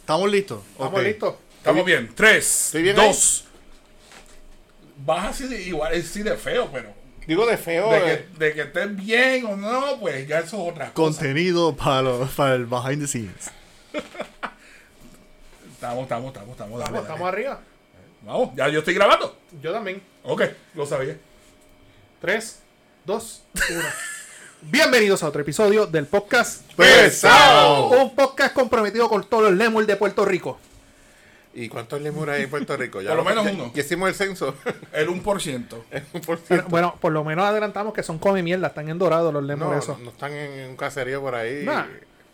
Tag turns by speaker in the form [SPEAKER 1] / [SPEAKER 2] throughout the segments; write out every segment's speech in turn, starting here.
[SPEAKER 1] ¿Estamos listos?
[SPEAKER 2] Estamos
[SPEAKER 1] Ok.
[SPEAKER 2] listos.
[SPEAKER 3] Estamos bien. Tres,
[SPEAKER 1] ¿Estoy bien
[SPEAKER 3] dos. Vas así de- igual, es así de feo, pero.
[SPEAKER 2] Digo de feo.
[SPEAKER 3] De
[SPEAKER 2] eh.
[SPEAKER 3] que, de que estés bien o no, pues ya eso es otra cosa.
[SPEAKER 1] Contenido para, lo- para el behind the scenes.
[SPEAKER 3] Estamos, estamos, estamos, estamos. dale,
[SPEAKER 2] Vamos,
[SPEAKER 3] dale.
[SPEAKER 2] estamos arriba.
[SPEAKER 3] Vamos, ya yo estoy grabando.
[SPEAKER 2] Yo también.
[SPEAKER 3] Ok, lo sabía.
[SPEAKER 2] Tres, dos, uno. Bienvenidos a otro episodio del podcast
[SPEAKER 1] ¡Pesado!
[SPEAKER 2] Un podcast comprometido con todos los lemurs de Puerto Rico.
[SPEAKER 4] ¿Y cuántos lemur hay en Puerto Rico?
[SPEAKER 3] Por lo
[SPEAKER 4] vamos-
[SPEAKER 3] menos uno.
[SPEAKER 4] Ya hicimos el censo.
[SPEAKER 3] El 1%.
[SPEAKER 4] Un por
[SPEAKER 2] Pero,
[SPEAKER 4] ciento.
[SPEAKER 2] bueno, por lo menos adelantamos que son come mierda, están en dorado los
[SPEAKER 4] no,
[SPEAKER 2] lemurs esos.
[SPEAKER 4] no están en un caserío por ahí.
[SPEAKER 2] Nah,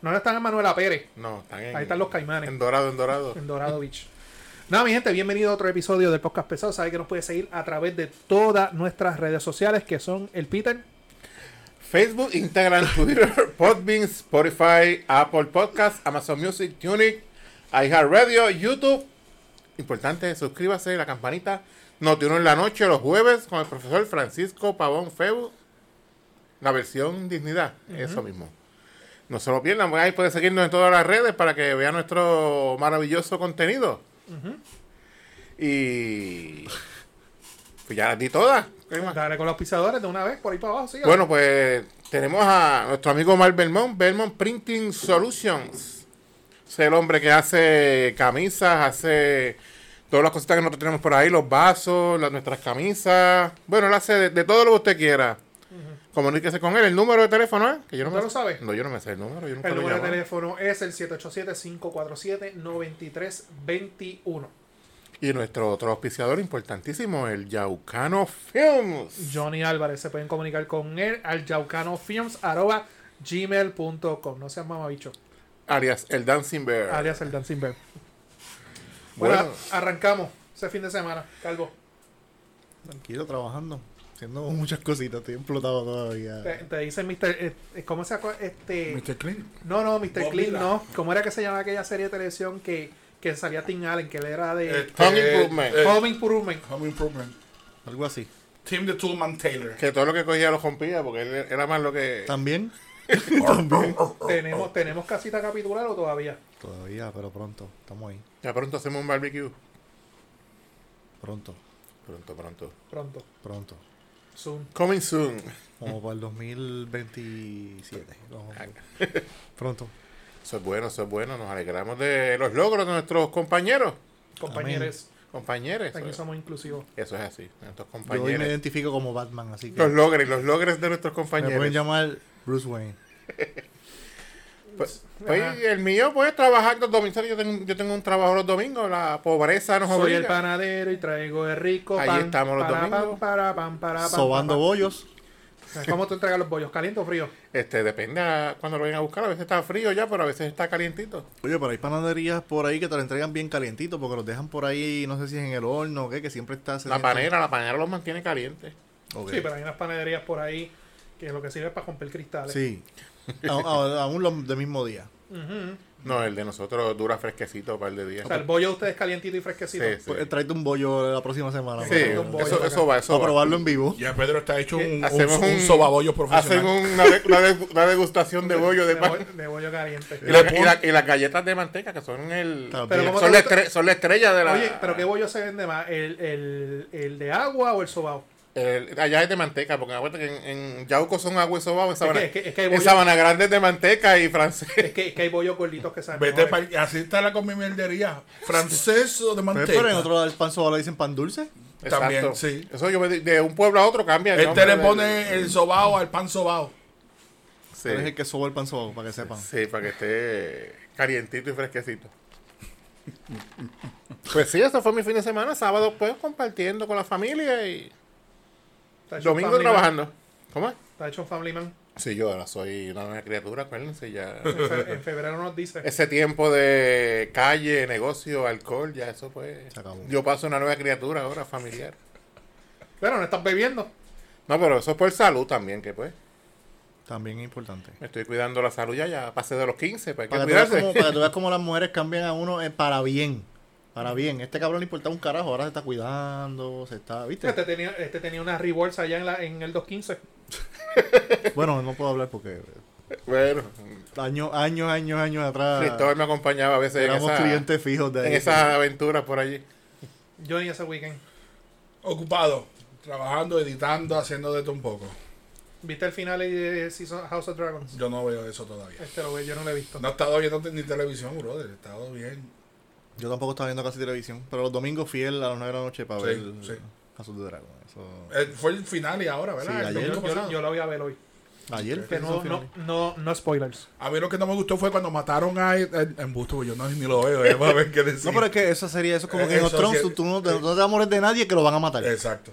[SPEAKER 2] no están en Manuela Pérez,
[SPEAKER 4] No, están en.
[SPEAKER 2] Ahí están los caimanes.
[SPEAKER 4] En Dorado, en Dorado.
[SPEAKER 2] en Dorado Beach. Nada, mi gente, bienvenido a otro episodio del podcast pesado. Sabes que nos puedes seguir a través de todas nuestras redes sociales que son el Peter.
[SPEAKER 4] Facebook, Instagram, Twitter, Podbean, Spotify, Apple Podcasts, Amazon Music, Tunic, iHeartRadio, YouTube. Importante, suscríbase la campanita. Notiuno en la noche, los jueves, con el profesor Francisco Pavón Feu. La versión Dignidad, eso mismo. No se lo pierdan, pues, ahí pueden seguirnos en todas las redes para que vean nuestro maravilloso contenido. Y. Pues ya las di todas. ¿Qué más?
[SPEAKER 2] Dale con los pisadores de una vez, por ahí para abajo, sí.
[SPEAKER 4] Bueno, pues tenemos a nuestro amigo Mar Belmont, Belmont Printing Solutions. Es el hombre que hace camisas, hace todas las cositas que nosotros tenemos por ahí, los vasos, las, nuestras camisas. Bueno, él hace de, de todo lo que usted quiera. Comuníquese con él. El número de teléfono, ¿eh? Que yo no
[SPEAKER 2] ¿No
[SPEAKER 4] me
[SPEAKER 2] lo sabe?
[SPEAKER 4] No, yo no me sé el número. Yo nunca
[SPEAKER 2] El
[SPEAKER 4] lo
[SPEAKER 2] número de
[SPEAKER 4] llamo.
[SPEAKER 2] teléfono es el 787-547-9321.
[SPEAKER 4] Y nuestro otro auspiciador importantísimo, el Yaucano Films.
[SPEAKER 2] Johnny Álvarez, se pueden comunicar con él al yaucanofilms.gmail.com. No seas mamabicho,
[SPEAKER 4] Alias, el Dancing Bear.
[SPEAKER 2] alias el Dancing Bear. Bueno,
[SPEAKER 4] Bueno.
[SPEAKER 2] arrancamos ese fin de semana, Calvo.
[SPEAKER 1] Tranquilo, trabajando. Haciendo muchas cositas. Estoy explotado todavía.
[SPEAKER 2] Te, te dice Mr. eh, eh, ¿Cómo se acu- este
[SPEAKER 3] Mr. Clean.
[SPEAKER 2] No, no, Mr.
[SPEAKER 3] Bob
[SPEAKER 2] Clean
[SPEAKER 3] Dylan.
[SPEAKER 2] no. ¿Cómo era que se llamaba aquella serie de televisión que, que salía Tim Allen, que él era de
[SPEAKER 3] Este,
[SPEAKER 4] Home Improvement.
[SPEAKER 3] eh,
[SPEAKER 2] Home Improvement?
[SPEAKER 3] Home Improvement.
[SPEAKER 1] Algo así.
[SPEAKER 3] Tim the Toolman Taylor.
[SPEAKER 4] Que todo lo que cogía lo compía, porque él era más lo que...
[SPEAKER 1] ¿También?
[SPEAKER 2] ¿Tenemos, ¿Tenemos casita capitular o todavía?
[SPEAKER 1] Todavía, pero pronto. Estamos ahí.
[SPEAKER 4] Ya pronto hacemos un barbecue.
[SPEAKER 1] Pronto,
[SPEAKER 4] Pronto, pronto.
[SPEAKER 2] Pronto.
[SPEAKER 1] pronto.
[SPEAKER 2] Soon.
[SPEAKER 4] Coming soon.
[SPEAKER 1] Como para el 2027. Vamos. Pronto.
[SPEAKER 4] Eso es bueno, eso es bueno. Nos alegramos de los logros de nuestros compañeros.
[SPEAKER 2] Compañeros,
[SPEAKER 4] Compañeros.
[SPEAKER 2] aquí
[SPEAKER 4] Eso,
[SPEAKER 2] somos inclusivos.
[SPEAKER 4] eso es así. Nuestros
[SPEAKER 1] Yo hoy me
[SPEAKER 4] compañeros.
[SPEAKER 1] identifico como Batman, así que
[SPEAKER 4] Los logros, los logros de nuestros
[SPEAKER 1] me pueden
[SPEAKER 4] compañeros.
[SPEAKER 1] llamar Bruce Wayne.
[SPEAKER 4] Pues,
[SPEAKER 2] Ajá.
[SPEAKER 4] pues, el mío, pues, trabajar los domingos. Yo tengo, yo tengo un trabajo los domingos. La pobreza nos
[SPEAKER 2] Soy el
[SPEAKER 4] obliga.
[SPEAKER 2] panadero y traigo el rico.
[SPEAKER 4] Ahí
[SPEAKER 2] pan,
[SPEAKER 4] estamos los
[SPEAKER 2] para,
[SPEAKER 4] domingos.
[SPEAKER 2] pan, para, pan, para, pan,
[SPEAKER 1] Sobando
[SPEAKER 2] para,
[SPEAKER 1] bollos.
[SPEAKER 2] pan. ¿Cómo tú entregas los bollos? ¿Caliente o frío?
[SPEAKER 4] Este, depende a cuando lo vengan a buscar. A veces está frío ya, pero a veces está calientito.
[SPEAKER 1] Oye, pero hay panaderías por ahí que te lo entregan bien calientito porque los dejan por ahí, no sé si es en el horno o qué, que siempre está... se
[SPEAKER 4] La
[SPEAKER 1] siente-
[SPEAKER 4] panera, la panera los mantiene calientes.
[SPEAKER 1] Ok.
[SPEAKER 2] Sí, pero hay unas panaderías por ahí que lo que sirve es para romper cristales.
[SPEAKER 1] Sí. A- a- Aún los del mismo día.
[SPEAKER 2] Ujú.
[SPEAKER 4] No, el de nosotros dura fresquecito un par de
[SPEAKER 2] O
[SPEAKER 4] días.
[SPEAKER 2] sea, el bollo de ustedes calientito y fresquecito.
[SPEAKER 4] Sí, sí.
[SPEAKER 1] Pues, tráete un bollo la próxima semana.
[SPEAKER 4] Sí,
[SPEAKER 1] para-
[SPEAKER 2] un bollo
[SPEAKER 4] eso,
[SPEAKER 2] acá.
[SPEAKER 4] eso va,
[SPEAKER 1] para
[SPEAKER 4] eso va.
[SPEAKER 1] probarlo en vivo.
[SPEAKER 3] Ya Pedro está hecho un,
[SPEAKER 4] Hacemos
[SPEAKER 3] un, un
[SPEAKER 4] un-
[SPEAKER 3] sobabollo profesional.
[SPEAKER 4] Hacen una, de- una de- una degustación de bollo de
[SPEAKER 2] De
[SPEAKER 4] pan.
[SPEAKER 2] bo- de bollo caliente.
[SPEAKER 4] Y, la- y la- y las galletas de manteca, que son el.
[SPEAKER 1] También.
[SPEAKER 2] Pero ¿cómo
[SPEAKER 4] Son
[SPEAKER 2] te
[SPEAKER 4] la,
[SPEAKER 2] gusta?
[SPEAKER 4] estre- son la estrella de la.
[SPEAKER 2] Oye, pero ¿qué bollo se vende más? ¿El, el, el de agua o el sobao?
[SPEAKER 4] el- allá es de manteca, porque acuérdate que en, en Yauco son agua y soba. En Sabana,
[SPEAKER 2] que- es que- es que hay
[SPEAKER 4] en
[SPEAKER 2] bollo-
[SPEAKER 4] Sabana Grande es de manteca y francés.
[SPEAKER 2] Es que, es que hay bollos gorditos que saben.
[SPEAKER 3] Vete
[SPEAKER 2] mejores.
[SPEAKER 3] pa- así está la comimierdería. Francés o de
[SPEAKER 1] Pero,
[SPEAKER 3] manteca.
[SPEAKER 1] Pues, pero en otro lado del pan sobao le dicen pan dulce.
[SPEAKER 3] También,
[SPEAKER 4] Exacto.
[SPEAKER 3] sí.
[SPEAKER 4] Eso yo me di- de un pueblo a otro cambia. el
[SPEAKER 3] Este
[SPEAKER 4] nombre
[SPEAKER 3] le
[SPEAKER 4] del-
[SPEAKER 3] pone el sobao al pan sobao.
[SPEAKER 4] Sí,
[SPEAKER 1] Tú eres el que soba el pan sobao, para que sepan.
[SPEAKER 4] Sí, para que esté calientito y fresquecito. Pues sí, eso fue mi fin de semana. Sábado, pues, compartiendo con la familia y
[SPEAKER 2] Está hecho un
[SPEAKER 4] domingo
[SPEAKER 2] family man.
[SPEAKER 4] trabajando. ¿Cómo es?
[SPEAKER 2] Está hecho un family man.
[SPEAKER 4] Sí, yo ahora soy una nueva criatura, acuérdense ya.
[SPEAKER 2] En, fe- en febrero nos dice.
[SPEAKER 4] Ese tiempo de calle, negocio, alcohol, ya eso pues.
[SPEAKER 1] Se acabó.
[SPEAKER 4] Yo paso una nueva criatura ahora, familiar.
[SPEAKER 2] Pero no estás bebiendo.
[SPEAKER 4] No, pero eso es por salud también, que pues.
[SPEAKER 1] También es importante.
[SPEAKER 4] Me estoy cuidando la salud ya, ya pasé de los 15, pues hay
[SPEAKER 1] Para
[SPEAKER 4] Pues que
[SPEAKER 1] que, tú veas cómo,
[SPEAKER 4] cuidarse.
[SPEAKER 1] para que tú veas cómo las mujeres cambian a uno eh, para bien. Para bien. Este cabrón le importaba un carajo. Ahora se está cuidando, se está... ¿Viste?
[SPEAKER 2] Este tenía, este tenía una rebolsa allá en, la, en el 215.
[SPEAKER 1] Bueno, no puedo hablar porque
[SPEAKER 4] Bueno,
[SPEAKER 1] Años, años, años, años atrás.
[SPEAKER 4] Cristóbal me acompañaba a veces en,
[SPEAKER 1] Ah. Éramos
[SPEAKER 4] esa-
[SPEAKER 1] clientes fijos de
[SPEAKER 4] en
[SPEAKER 1] ahí.
[SPEAKER 4] esas aventuras por allí.
[SPEAKER 2] Johnny ese weekend.
[SPEAKER 3] Ocupado, trabajando, editando, haciendo de todo un poco.
[SPEAKER 2] ¿Viste el final de Season- House of Dragons?
[SPEAKER 3] Yo no veo eso todavía.
[SPEAKER 2] Este lo ve, yo no lo he visto.
[SPEAKER 3] No he estado viendo te- ni televisión, brother. He estado bien.
[SPEAKER 1] Yo tampoco estaba viendo casi televisión, pero los domingos fiel a las 9 de la noche para
[SPEAKER 3] Sí,
[SPEAKER 1] ver
[SPEAKER 3] sí.
[SPEAKER 1] Casos de Dragón. Eso...
[SPEAKER 3] Eh, fue el final y ahora, ¿verdad?
[SPEAKER 1] Sí,
[SPEAKER 3] El
[SPEAKER 1] ayer.
[SPEAKER 3] domingo
[SPEAKER 2] Yo, yo-
[SPEAKER 3] pasado.
[SPEAKER 2] yo lo voy a ver hoy.
[SPEAKER 1] Ayer.
[SPEAKER 2] Que no,
[SPEAKER 1] fue
[SPEAKER 2] no, no, no spoilers.
[SPEAKER 3] A mí lo que no me gustó fue cuando mataron a en Busto, yo no ni lo veo, eh, para ver qué decir.
[SPEAKER 1] No, pero es que eso sería eso es eh. como
[SPEAKER 3] Eh,
[SPEAKER 1] que en
[SPEAKER 3] eso
[SPEAKER 1] los Thrones
[SPEAKER 3] sí,
[SPEAKER 1] tú- tú no, te- no te amores de nadie que lo van a matar.
[SPEAKER 3] Exacto.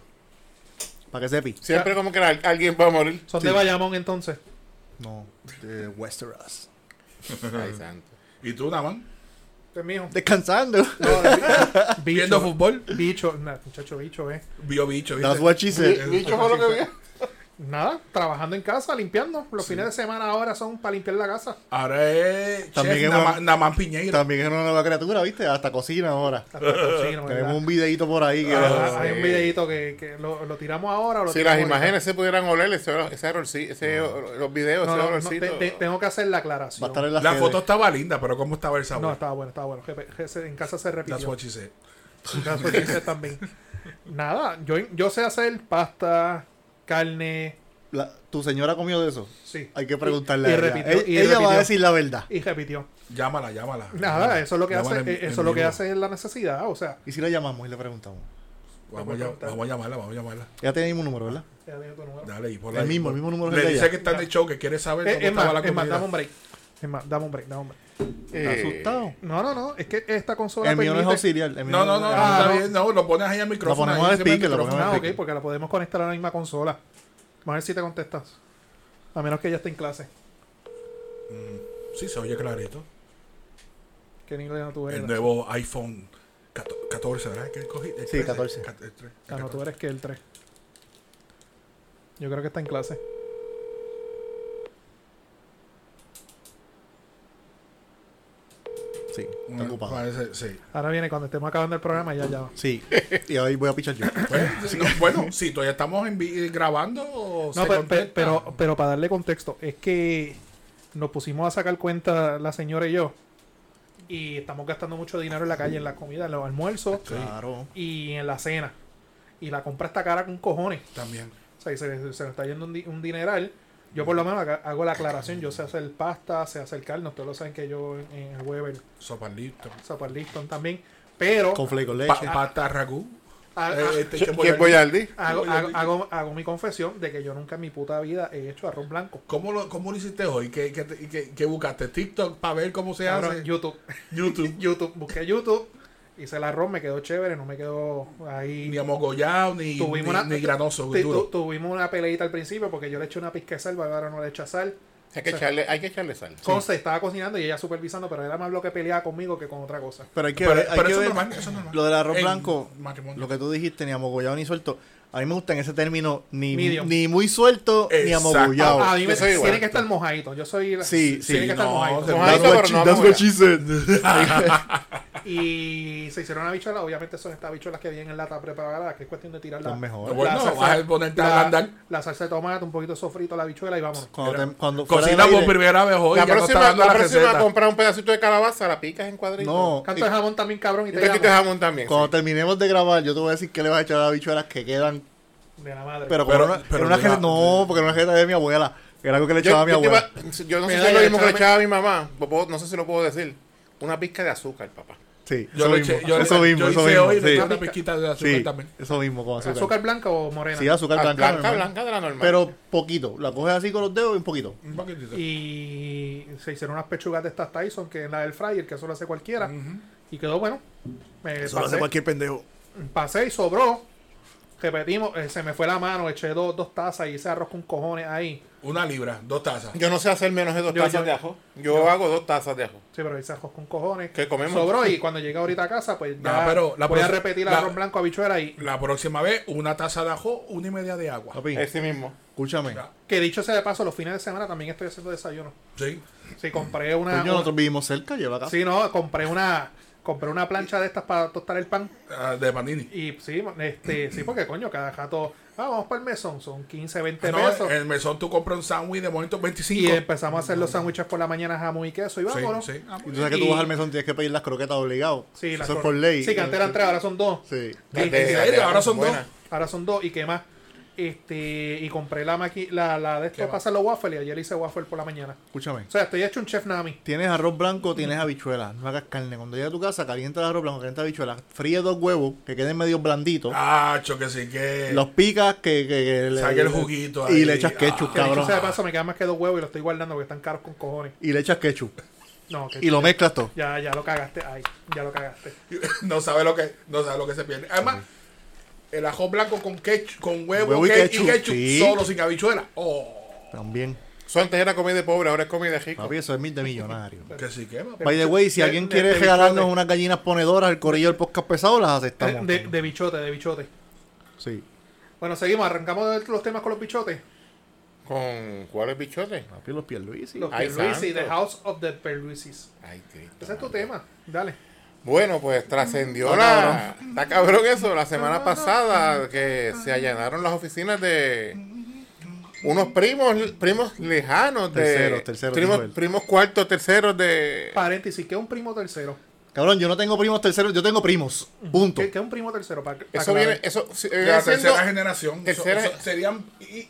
[SPEAKER 1] Para que sepi.
[SPEAKER 4] Siempre como que al- alguien va a morir.
[SPEAKER 2] Son
[SPEAKER 1] Sí.
[SPEAKER 2] de Bayamón entonces.
[SPEAKER 1] No, de Westeros.
[SPEAKER 4] Ay, santo.
[SPEAKER 3] ¿Y tú, Naman?
[SPEAKER 2] Este es mío.
[SPEAKER 1] Descansando.
[SPEAKER 3] ¿Viendo
[SPEAKER 2] Bicho.
[SPEAKER 3] fútbol?
[SPEAKER 2] Bicho. Nah, muchacho, bicho, eh.
[SPEAKER 3] Vio bicho, ¿viste?
[SPEAKER 1] That's what she
[SPEAKER 4] Bi-
[SPEAKER 1] said.
[SPEAKER 4] Bicho fue lo que vi.
[SPEAKER 2] Nada, trabajando en casa, limpiando. Los fines de semana ahora son para limpiar la casa.
[SPEAKER 3] Ahora es
[SPEAKER 1] También
[SPEAKER 3] Chef
[SPEAKER 1] es
[SPEAKER 3] Naman,
[SPEAKER 1] una-
[SPEAKER 3] Naman Piñeiro.
[SPEAKER 1] También es una nueva criatura, ¿viste? Hasta cocina ahora.
[SPEAKER 2] Hasta la cocina, ¿verdad?
[SPEAKER 1] Tenemos un videito por ahí que...
[SPEAKER 2] Ah, Hay un
[SPEAKER 4] sí.
[SPEAKER 2] videito que, que lo, lo tiramos ahora. o lo
[SPEAKER 4] Si
[SPEAKER 2] tiramos
[SPEAKER 4] las
[SPEAKER 2] ahorita.
[SPEAKER 4] imágenes se pudieran oler, ese, olor- ese errorci- ese, los videos,
[SPEAKER 2] No,
[SPEAKER 4] ese
[SPEAKER 2] no, no,
[SPEAKER 4] olorcito.
[SPEAKER 2] te- te- tengo que hacer la aclaración.
[SPEAKER 1] Va a estar en las
[SPEAKER 3] La
[SPEAKER 1] redes.
[SPEAKER 3] foto estaba linda, pero ¿cómo estaba el
[SPEAKER 2] No,
[SPEAKER 3] sabor?
[SPEAKER 2] estaba bueno, estaba bueno. Jefe, jefe, en casa se repitió.
[SPEAKER 3] Ah, That's what she said.
[SPEAKER 2] En casa se dice también. Nada, yo, yo sé hacer pasta, carne,
[SPEAKER 1] La- tu señora comió de eso.
[SPEAKER 2] sí.
[SPEAKER 1] Hay que preguntarle
[SPEAKER 2] Y- y
[SPEAKER 1] a ella.
[SPEAKER 2] repitió,
[SPEAKER 1] Ella-
[SPEAKER 2] y
[SPEAKER 1] ella va a
[SPEAKER 2] repitió.
[SPEAKER 1] decir la verdad.
[SPEAKER 2] Y repitió.
[SPEAKER 3] Llámala, llámala.
[SPEAKER 2] Nada, eso es lo que hace,
[SPEAKER 3] Llámala en-
[SPEAKER 2] eh,
[SPEAKER 3] en
[SPEAKER 2] eso es lo que
[SPEAKER 3] vivo.
[SPEAKER 2] hace la necesidad. O sea,
[SPEAKER 1] ¿Y si la llamamos y le preguntamos?
[SPEAKER 3] Vamos a, llam- vamos a llamarla, vamos a llamarla.
[SPEAKER 1] Ella tiene el mismo número, ¿verdad?
[SPEAKER 2] ya tengo tu número.
[SPEAKER 3] Dale, y por
[SPEAKER 1] El mismo, el mismo número
[SPEAKER 3] Le
[SPEAKER 1] que
[SPEAKER 3] dice
[SPEAKER 1] ella.
[SPEAKER 3] que está en el show, que quiere saber
[SPEAKER 2] Eh,
[SPEAKER 3] cómo
[SPEAKER 2] es más,
[SPEAKER 3] estaba la
[SPEAKER 2] es más,
[SPEAKER 3] comida.
[SPEAKER 2] dame un break. Es más, dame un break, dame un break.
[SPEAKER 1] Está
[SPEAKER 4] Eh,
[SPEAKER 1] asustado.
[SPEAKER 2] No, no, no, es que esta consola
[SPEAKER 1] El mío no es
[SPEAKER 2] permite-
[SPEAKER 1] auxiliar. el mío
[SPEAKER 3] no, no, no,
[SPEAKER 2] Ah,
[SPEAKER 3] está
[SPEAKER 2] no.
[SPEAKER 3] bien, no, lo pones ahí al micrófono.
[SPEAKER 1] ponemos
[SPEAKER 3] ahí
[SPEAKER 1] al
[SPEAKER 3] se ve el
[SPEAKER 1] speaker, lo
[SPEAKER 3] micrófono.
[SPEAKER 1] ponemos
[SPEAKER 2] Ah,
[SPEAKER 1] al
[SPEAKER 2] ok, porque la podemos conectar a la misma consola. Vamos a ver si te contestas. A menos que ella esté en clase.
[SPEAKER 3] Sí, se oye clarito.
[SPEAKER 2] Que ni no tú eres.
[SPEAKER 3] El nuevo iPhone cato- 14, ¿verdad? ¿Qué cogí? El
[SPEAKER 1] Sí,
[SPEAKER 3] 13,
[SPEAKER 1] 14.
[SPEAKER 3] cat- el tre-
[SPEAKER 2] Ah, no, tú
[SPEAKER 3] 14.
[SPEAKER 2] eres que el 3. Yo creo que está en clase.
[SPEAKER 1] Sí, está
[SPEAKER 3] Mm,
[SPEAKER 1] ocupado.
[SPEAKER 3] parece- sí.
[SPEAKER 2] Ahora viene cuando estemos acabando el programa y ya ya. va.
[SPEAKER 1] Sí, y hoy voy a pichar yo.
[SPEAKER 3] Pues, no, bueno, sí, todavía estamos en vi- grabando. o
[SPEAKER 2] No,
[SPEAKER 3] se
[SPEAKER 2] pe- pe-
[SPEAKER 3] contesta.
[SPEAKER 2] pero, pero, para darle contexto, es que nos pusimos a sacar cuenta la señora y yo. Y estamos gastando mucho dinero en la calle, en la comida, en los almuerzos
[SPEAKER 1] Claro.
[SPEAKER 2] y en la cena. Y la compra está cara con cojones.
[SPEAKER 3] También.
[SPEAKER 2] O sea, y se, se nos está yendo un, di- un dineral. Yo por lo menos haga- hago la aclaración. Yo sé hacer pasta, sé hacer carne. Ustedes lo saben que yo en, en el Weber,
[SPEAKER 3] Sopa listo.
[SPEAKER 2] Zapar Liston también. Pero
[SPEAKER 1] Con flake
[SPEAKER 2] Eh,
[SPEAKER 1] con leche.
[SPEAKER 3] Pa- pata ragú.
[SPEAKER 2] ha- ha-
[SPEAKER 3] Eh, este,
[SPEAKER 4] ¿Qué
[SPEAKER 3] voy a-
[SPEAKER 4] es Boyardi?
[SPEAKER 2] hago,
[SPEAKER 3] Voy a-
[SPEAKER 2] hago- hago- hago mi confesión de que yo nunca en mi puta vida he hecho arroz blanco.
[SPEAKER 3] ¿Cómo lo, ¿Cómo lo hiciste hoy? ¿Qué, qué, te- qué- qué buscaste? ¿TikTok para ver cómo se
[SPEAKER 2] Cabrón,
[SPEAKER 3] hace?
[SPEAKER 2] YouTube.
[SPEAKER 3] YouTube.
[SPEAKER 2] YouTube. Busqué YouTube. Hice el arroz, me quedó chévere, no me quedó ahí.
[SPEAKER 3] Ni amogollado, ni, ni,
[SPEAKER 2] Tuvimos una-
[SPEAKER 3] ni granoso.
[SPEAKER 2] Tu-
[SPEAKER 3] duro.
[SPEAKER 2] tu- tuvimos una peleita al principio porque yo le eché una pizca de sal, ahora no le echa sal.
[SPEAKER 4] Hay que echarle, hay que echarle sal.
[SPEAKER 2] Conste, estaba cocinando y ella supervisando, pero era más lo que peleaba conmigo que con otra cosa.
[SPEAKER 1] Pero hay que
[SPEAKER 3] Pero,
[SPEAKER 1] ver, hay
[SPEAKER 3] pero
[SPEAKER 1] que
[SPEAKER 3] eso, es
[SPEAKER 1] ver
[SPEAKER 3] normal, eso es normal.
[SPEAKER 1] lo del arroz
[SPEAKER 3] En
[SPEAKER 1] blanco,
[SPEAKER 3] matrimonio.
[SPEAKER 1] lo que tú dijiste, ni amogollado ni suelto. A mí me gusta en ese término, ni,
[SPEAKER 2] Medium.
[SPEAKER 1] ni muy suelto, ni
[SPEAKER 3] Exacto. Ah,
[SPEAKER 1] amogollado.
[SPEAKER 2] A mí me
[SPEAKER 4] Yo soy
[SPEAKER 2] tiene
[SPEAKER 4] igual.
[SPEAKER 2] que estar mojadito. Yo soy. la-
[SPEAKER 1] Sí, sí,
[SPEAKER 2] Tiene que estar
[SPEAKER 3] no,
[SPEAKER 2] mojadito.
[SPEAKER 3] se-
[SPEAKER 1] That's
[SPEAKER 4] Mojadito,
[SPEAKER 1] what
[SPEAKER 4] pero
[SPEAKER 1] she-
[SPEAKER 4] no
[SPEAKER 1] that's what she said.
[SPEAKER 2] Y se hicieron habichuelas. Obviamente son estas habichuelas que vienen en lata preparada, que es cuestión de tirarla.
[SPEAKER 1] Están mejor.
[SPEAKER 3] Bueno,
[SPEAKER 2] la salsa-
[SPEAKER 3] vas a ponerte a
[SPEAKER 2] La,
[SPEAKER 3] andar.
[SPEAKER 2] la salsa de tomate, un poquito sofrito, la habichuela y vámonos.
[SPEAKER 1] Cuando, te- cuando fuera del
[SPEAKER 3] Cocina por
[SPEAKER 1] aire-
[SPEAKER 3] primera vez hoy.
[SPEAKER 4] La
[SPEAKER 3] ya no está
[SPEAKER 4] próxima,
[SPEAKER 3] dando
[SPEAKER 4] la
[SPEAKER 3] la
[SPEAKER 4] próxima
[SPEAKER 3] receta.
[SPEAKER 4] comprar un pedacito de calabaza, la picas en cuadritos.
[SPEAKER 1] No,
[SPEAKER 2] Canto de jamón también, cabrón, y
[SPEAKER 4] Y
[SPEAKER 2] te
[SPEAKER 4] te quitas
[SPEAKER 2] llamo.
[SPEAKER 4] jamón también.
[SPEAKER 1] cuando
[SPEAKER 4] sí.
[SPEAKER 1] terminemos de grabar, yo te voy a decir que le vas a echar a las habichuelas que quedan.
[SPEAKER 2] De la madre.
[SPEAKER 1] Pero, con
[SPEAKER 3] Pero-
[SPEAKER 1] una,
[SPEAKER 3] pero
[SPEAKER 1] en una
[SPEAKER 3] mira-
[SPEAKER 1] jeta- no, porque era una jeta de mi abuela. que Era algo que le
[SPEAKER 4] Yo,
[SPEAKER 1] echaba a mi
[SPEAKER 4] yo te
[SPEAKER 1] abuela.
[SPEAKER 4] iba- yo no
[SPEAKER 2] Me
[SPEAKER 4] sé si
[SPEAKER 2] da
[SPEAKER 4] es lo
[SPEAKER 2] ya,
[SPEAKER 4] mismo que le
[SPEAKER 2] échame.
[SPEAKER 4] echaba a mi mamá. Lo puedo- no sé si lo puedo decir. Una pizca de azúcar, papá.
[SPEAKER 1] Sí,
[SPEAKER 3] Yo
[SPEAKER 1] eso
[SPEAKER 3] lo
[SPEAKER 1] mismo,
[SPEAKER 3] eché- yo-
[SPEAKER 1] eso mismo,
[SPEAKER 3] yo
[SPEAKER 1] eso
[SPEAKER 3] hice
[SPEAKER 1] mismo.
[SPEAKER 3] hoy, le eché
[SPEAKER 1] sí.
[SPEAKER 3] una pizquita de azúcar
[SPEAKER 1] Sí,
[SPEAKER 3] también.
[SPEAKER 1] eso mismo con azúcar.
[SPEAKER 2] ¿Azúcar blanca o morena?
[SPEAKER 1] Sí, azúcar
[SPEAKER 4] Ah,
[SPEAKER 1] blanca.
[SPEAKER 4] Blanca, blanca,
[SPEAKER 1] normal.
[SPEAKER 4] de la normal.
[SPEAKER 1] Pero poquito, la coges así con los dedos y un poquito.
[SPEAKER 3] Un poquitito.
[SPEAKER 2] Y se hicieron unas pechugas de estas Tyson, que es la del fryer, que eso lo hace cualquiera. Y quedó bueno. Me pasé,
[SPEAKER 1] pendejo.
[SPEAKER 2] pasé y sobró. Repetimos, eh, se me fue la mano, eché dos, dos tazas y hice arroz con cojones ahí.
[SPEAKER 3] Una libra, dos tazas.
[SPEAKER 4] yo no sé hacer menos de dos
[SPEAKER 2] Yo-
[SPEAKER 4] tazas
[SPEAKER 2] yo-
[SPEAKER 4] de ajo. Yo, hago dos tazas de ajo.
[SPEAKER 2] Sí, pero hice arroz con cojones.
[SPEAKER 4] ¿Qué comemos?
[SPEAKER 2] Sobró y cuando llegue ahorita a casa, pues ya
[SPEAKER 3] No, pero la
[SPEAKER 2] voy a
[SPEAKER 3] profe-
[SPEAKER 2] repetir
[SPEAKER 3] la-
[SPEAKER 2] arroz blanco, habichuela y...
[SPEAKER 3] La próxima vez, una taza de ajo, una y media de agua.
[SPEAKER 1] Papi,
[SPEAKER 4] Ese mismo.
[SPEAKER 1] escúchame.
[SPEAKER 3] Ya.
[SPEAKER 2] Que dicho sea de paso, los fines de semana también estoy haciendo desayuno.
[SPEAKER 3] Sí.
[SPEAKER 2] Sí, compré una...
[SPEAKER 1] Coño,
[SPEAKER 2] una-
[SPEAKER 1] nosotros vivimos cerca, lleva acá.
[SPEAKER 2] Sí, no, compré una. compré una plancha de estas para tostar el pan.
[SPEAKER 3] Ah, de Panini.
[SPEAKER 2] Y sí, este, sí, porque coño, cada rato, ah, vamos para el mesón, son 15,
[SPEAKER 1] Ah,
[SPEAKER 2] 20
[SPEAKER 3] No,
[SPEAKER 2] pesos.
[SPEAKER 3] en
[SPEAKER 1] eh,
[SPEAKER 3] el mesón tú compras un sándwich de momento 25.
[SPEAKER 2] y empezamos a hacer los sándwiches por la mañana, jamón y queso, y
[SPEAKER 3] Sí,
[SPEAKER 2] vámonos.
[SPEAKER 3] sí. Ah,
[SPEAKER 1] Y
[SPEAKER 3] bueno.
[SPEAKER 1] tú sabes que tú
[SPEAKER 2] Y-
[SPEAKER 1] vas al mesón, tienes que pedir las croquetas obligado.
[SPEAKER 2] Sí, las
[SPEAKER 1] Eso es
[SPEAKER 2] cor-
[SPEAKER 1] por ley.
[SPEAKER 2] Sí, que antes eran tres, ahora son dos.
[SPEAKER 1] Sí.
[SPEAKER 4] Las
[SPEAKER 2] Y-
[SPEAKER 4] de-
[SPEAKER 3] ¿En
[SPEAKER 4] las de
[SPEAKER 3] serio? Ahora
[SPEAKER 4] Apple
[SPEAKER 3] son dos.
[SPEAKER 4] buenas.
[SPEAKER 2] Ahora son dos y qué más. Este, y compré la maqui la, la de esto
[SPEAKER 3] ¿Qué más?
[SPEAKER 2] para hacer los waffles y ayer hice waffle por la mañana.
[SPEAKER 1] Escúchame.
[SPEAKER 2] O sea, estoy hecho un chef Nami.
[SPEAKER 1] Tienes arroz blanco, tienes habichuelas. No hagas carne. Cuando llegues a tu casa, calienta el arroz blanco, calienta la habichuela. Fríe dos huevos que queden medio blanditos.
[SPEAKER 3] Ah, cho que sí que.
[SPEAKER 1] Los picas que, que, que le-
[SPEAKER 3] Saque el juguito
[SPEAKER 1] Y
[SPEAKER 3] ahí.
[SPEAKER 1] le echas ketchup,
[SPEAKER 3] Ah.
[SPEAKER 2] Que dicho
[SPEAKER 1] cabrón.
[SPEAKER 2] sea de paso, me quedan más que dos huevos y los estoy guardando porque están caros con cojones.
[SPEAKER 1] Y le echas ketchup.
[SPEAKER 2] No, que
[SPEAKER 1] Y lo mezclas todo.
[SPEAKER 2] ya, ya lo cagaste. Ay, ya lo cagaste.
[SPEAKER 3] No sabe lo que, no sabe lo que se pierde. Además, el ajo blanco con ketchup, con huevo,
[SPEAKER 1] Huevo y
[SPEAKER 3] ke-
[SPEAKER 1] ketchup, sí.
[SPEAKER 3] solo sin habichuela. Oh,
[SPEAKER 1] También.
[SPEAKER 4] Eso antes era comida de pobre, ahora es comida de rico.
[SPEAKER 1] Papi, eso es mil de millonario.
[SPEAKER 3] que sí que. papá.
[SPEAKER 1] By the way, si
[SPEAKER 2] De-
[SPEAKER 1] alguien
[SPEAKER 2] de-
[SPEAKER 1] quiere
[SPEAKER 2] de
[SPEAKER 1] regalarnos
[SPEAKER 2] bichote.
[SPEAKER 1] unas gallinas ponedoras al corillo del podcast pesado, las
[SPEAKER 2] De,
[SPEAKER 1] aceptamos.
[SPEAKER 2] de- de bichote, de bichote.
[SPEAKER 1] Sí.
[SPEAKER 2] Bueno, seguimos, arrancamos los temas con los bichotes.
[SPEAKER 4] ¿Con cuáles bichotes?
[SPEAKER 1] Papi, los Pierluisi.
[SPEAKER 2] Los
[SPEAKER 4] Ay,
[SPEAKER 2] Perluisi,
[SPEAKER 4] santo.
[SPEAKER 2] The House of the Perluisis.
[SPEAKER 4] Ay, Cristo.
[SPEAKER 2] Ese es tu tema, dale.
[SPEAKER 4] Bueno, pues trascendió la. Está cabrón eso. La semana pasada que se allanaron las oficinas de unos primos, primos lejanos de.
[SPEAKER 1] Terceros, terceros, dijo
[SPEAKER 4] primos,
[SPEAKER 1] él.
[SPEAKER 4] primos cuartos, terceros de.
[SPEAKER 2] Paréntesis, ¿qué es un primo tercero?
[SPEAKER 1] Cabrón, yo no tengo primos terceros, yo tengo primos. Punto.
[SPEAKER 2] ¿Qué, qué es un primo tercero? Pa- pa-
[SPEAKER 4] Eso viene. Eso si- eh,
[SPEAKER 3] De
[SPEAKER 4] viene
[SPEAKER 3] la
[SPEAKER 4] siendo-
[SPEAKER 3] tercera generación. Eso-
[SPEAKER 4] tercera-
[SPEAKER 3] eso serían hi-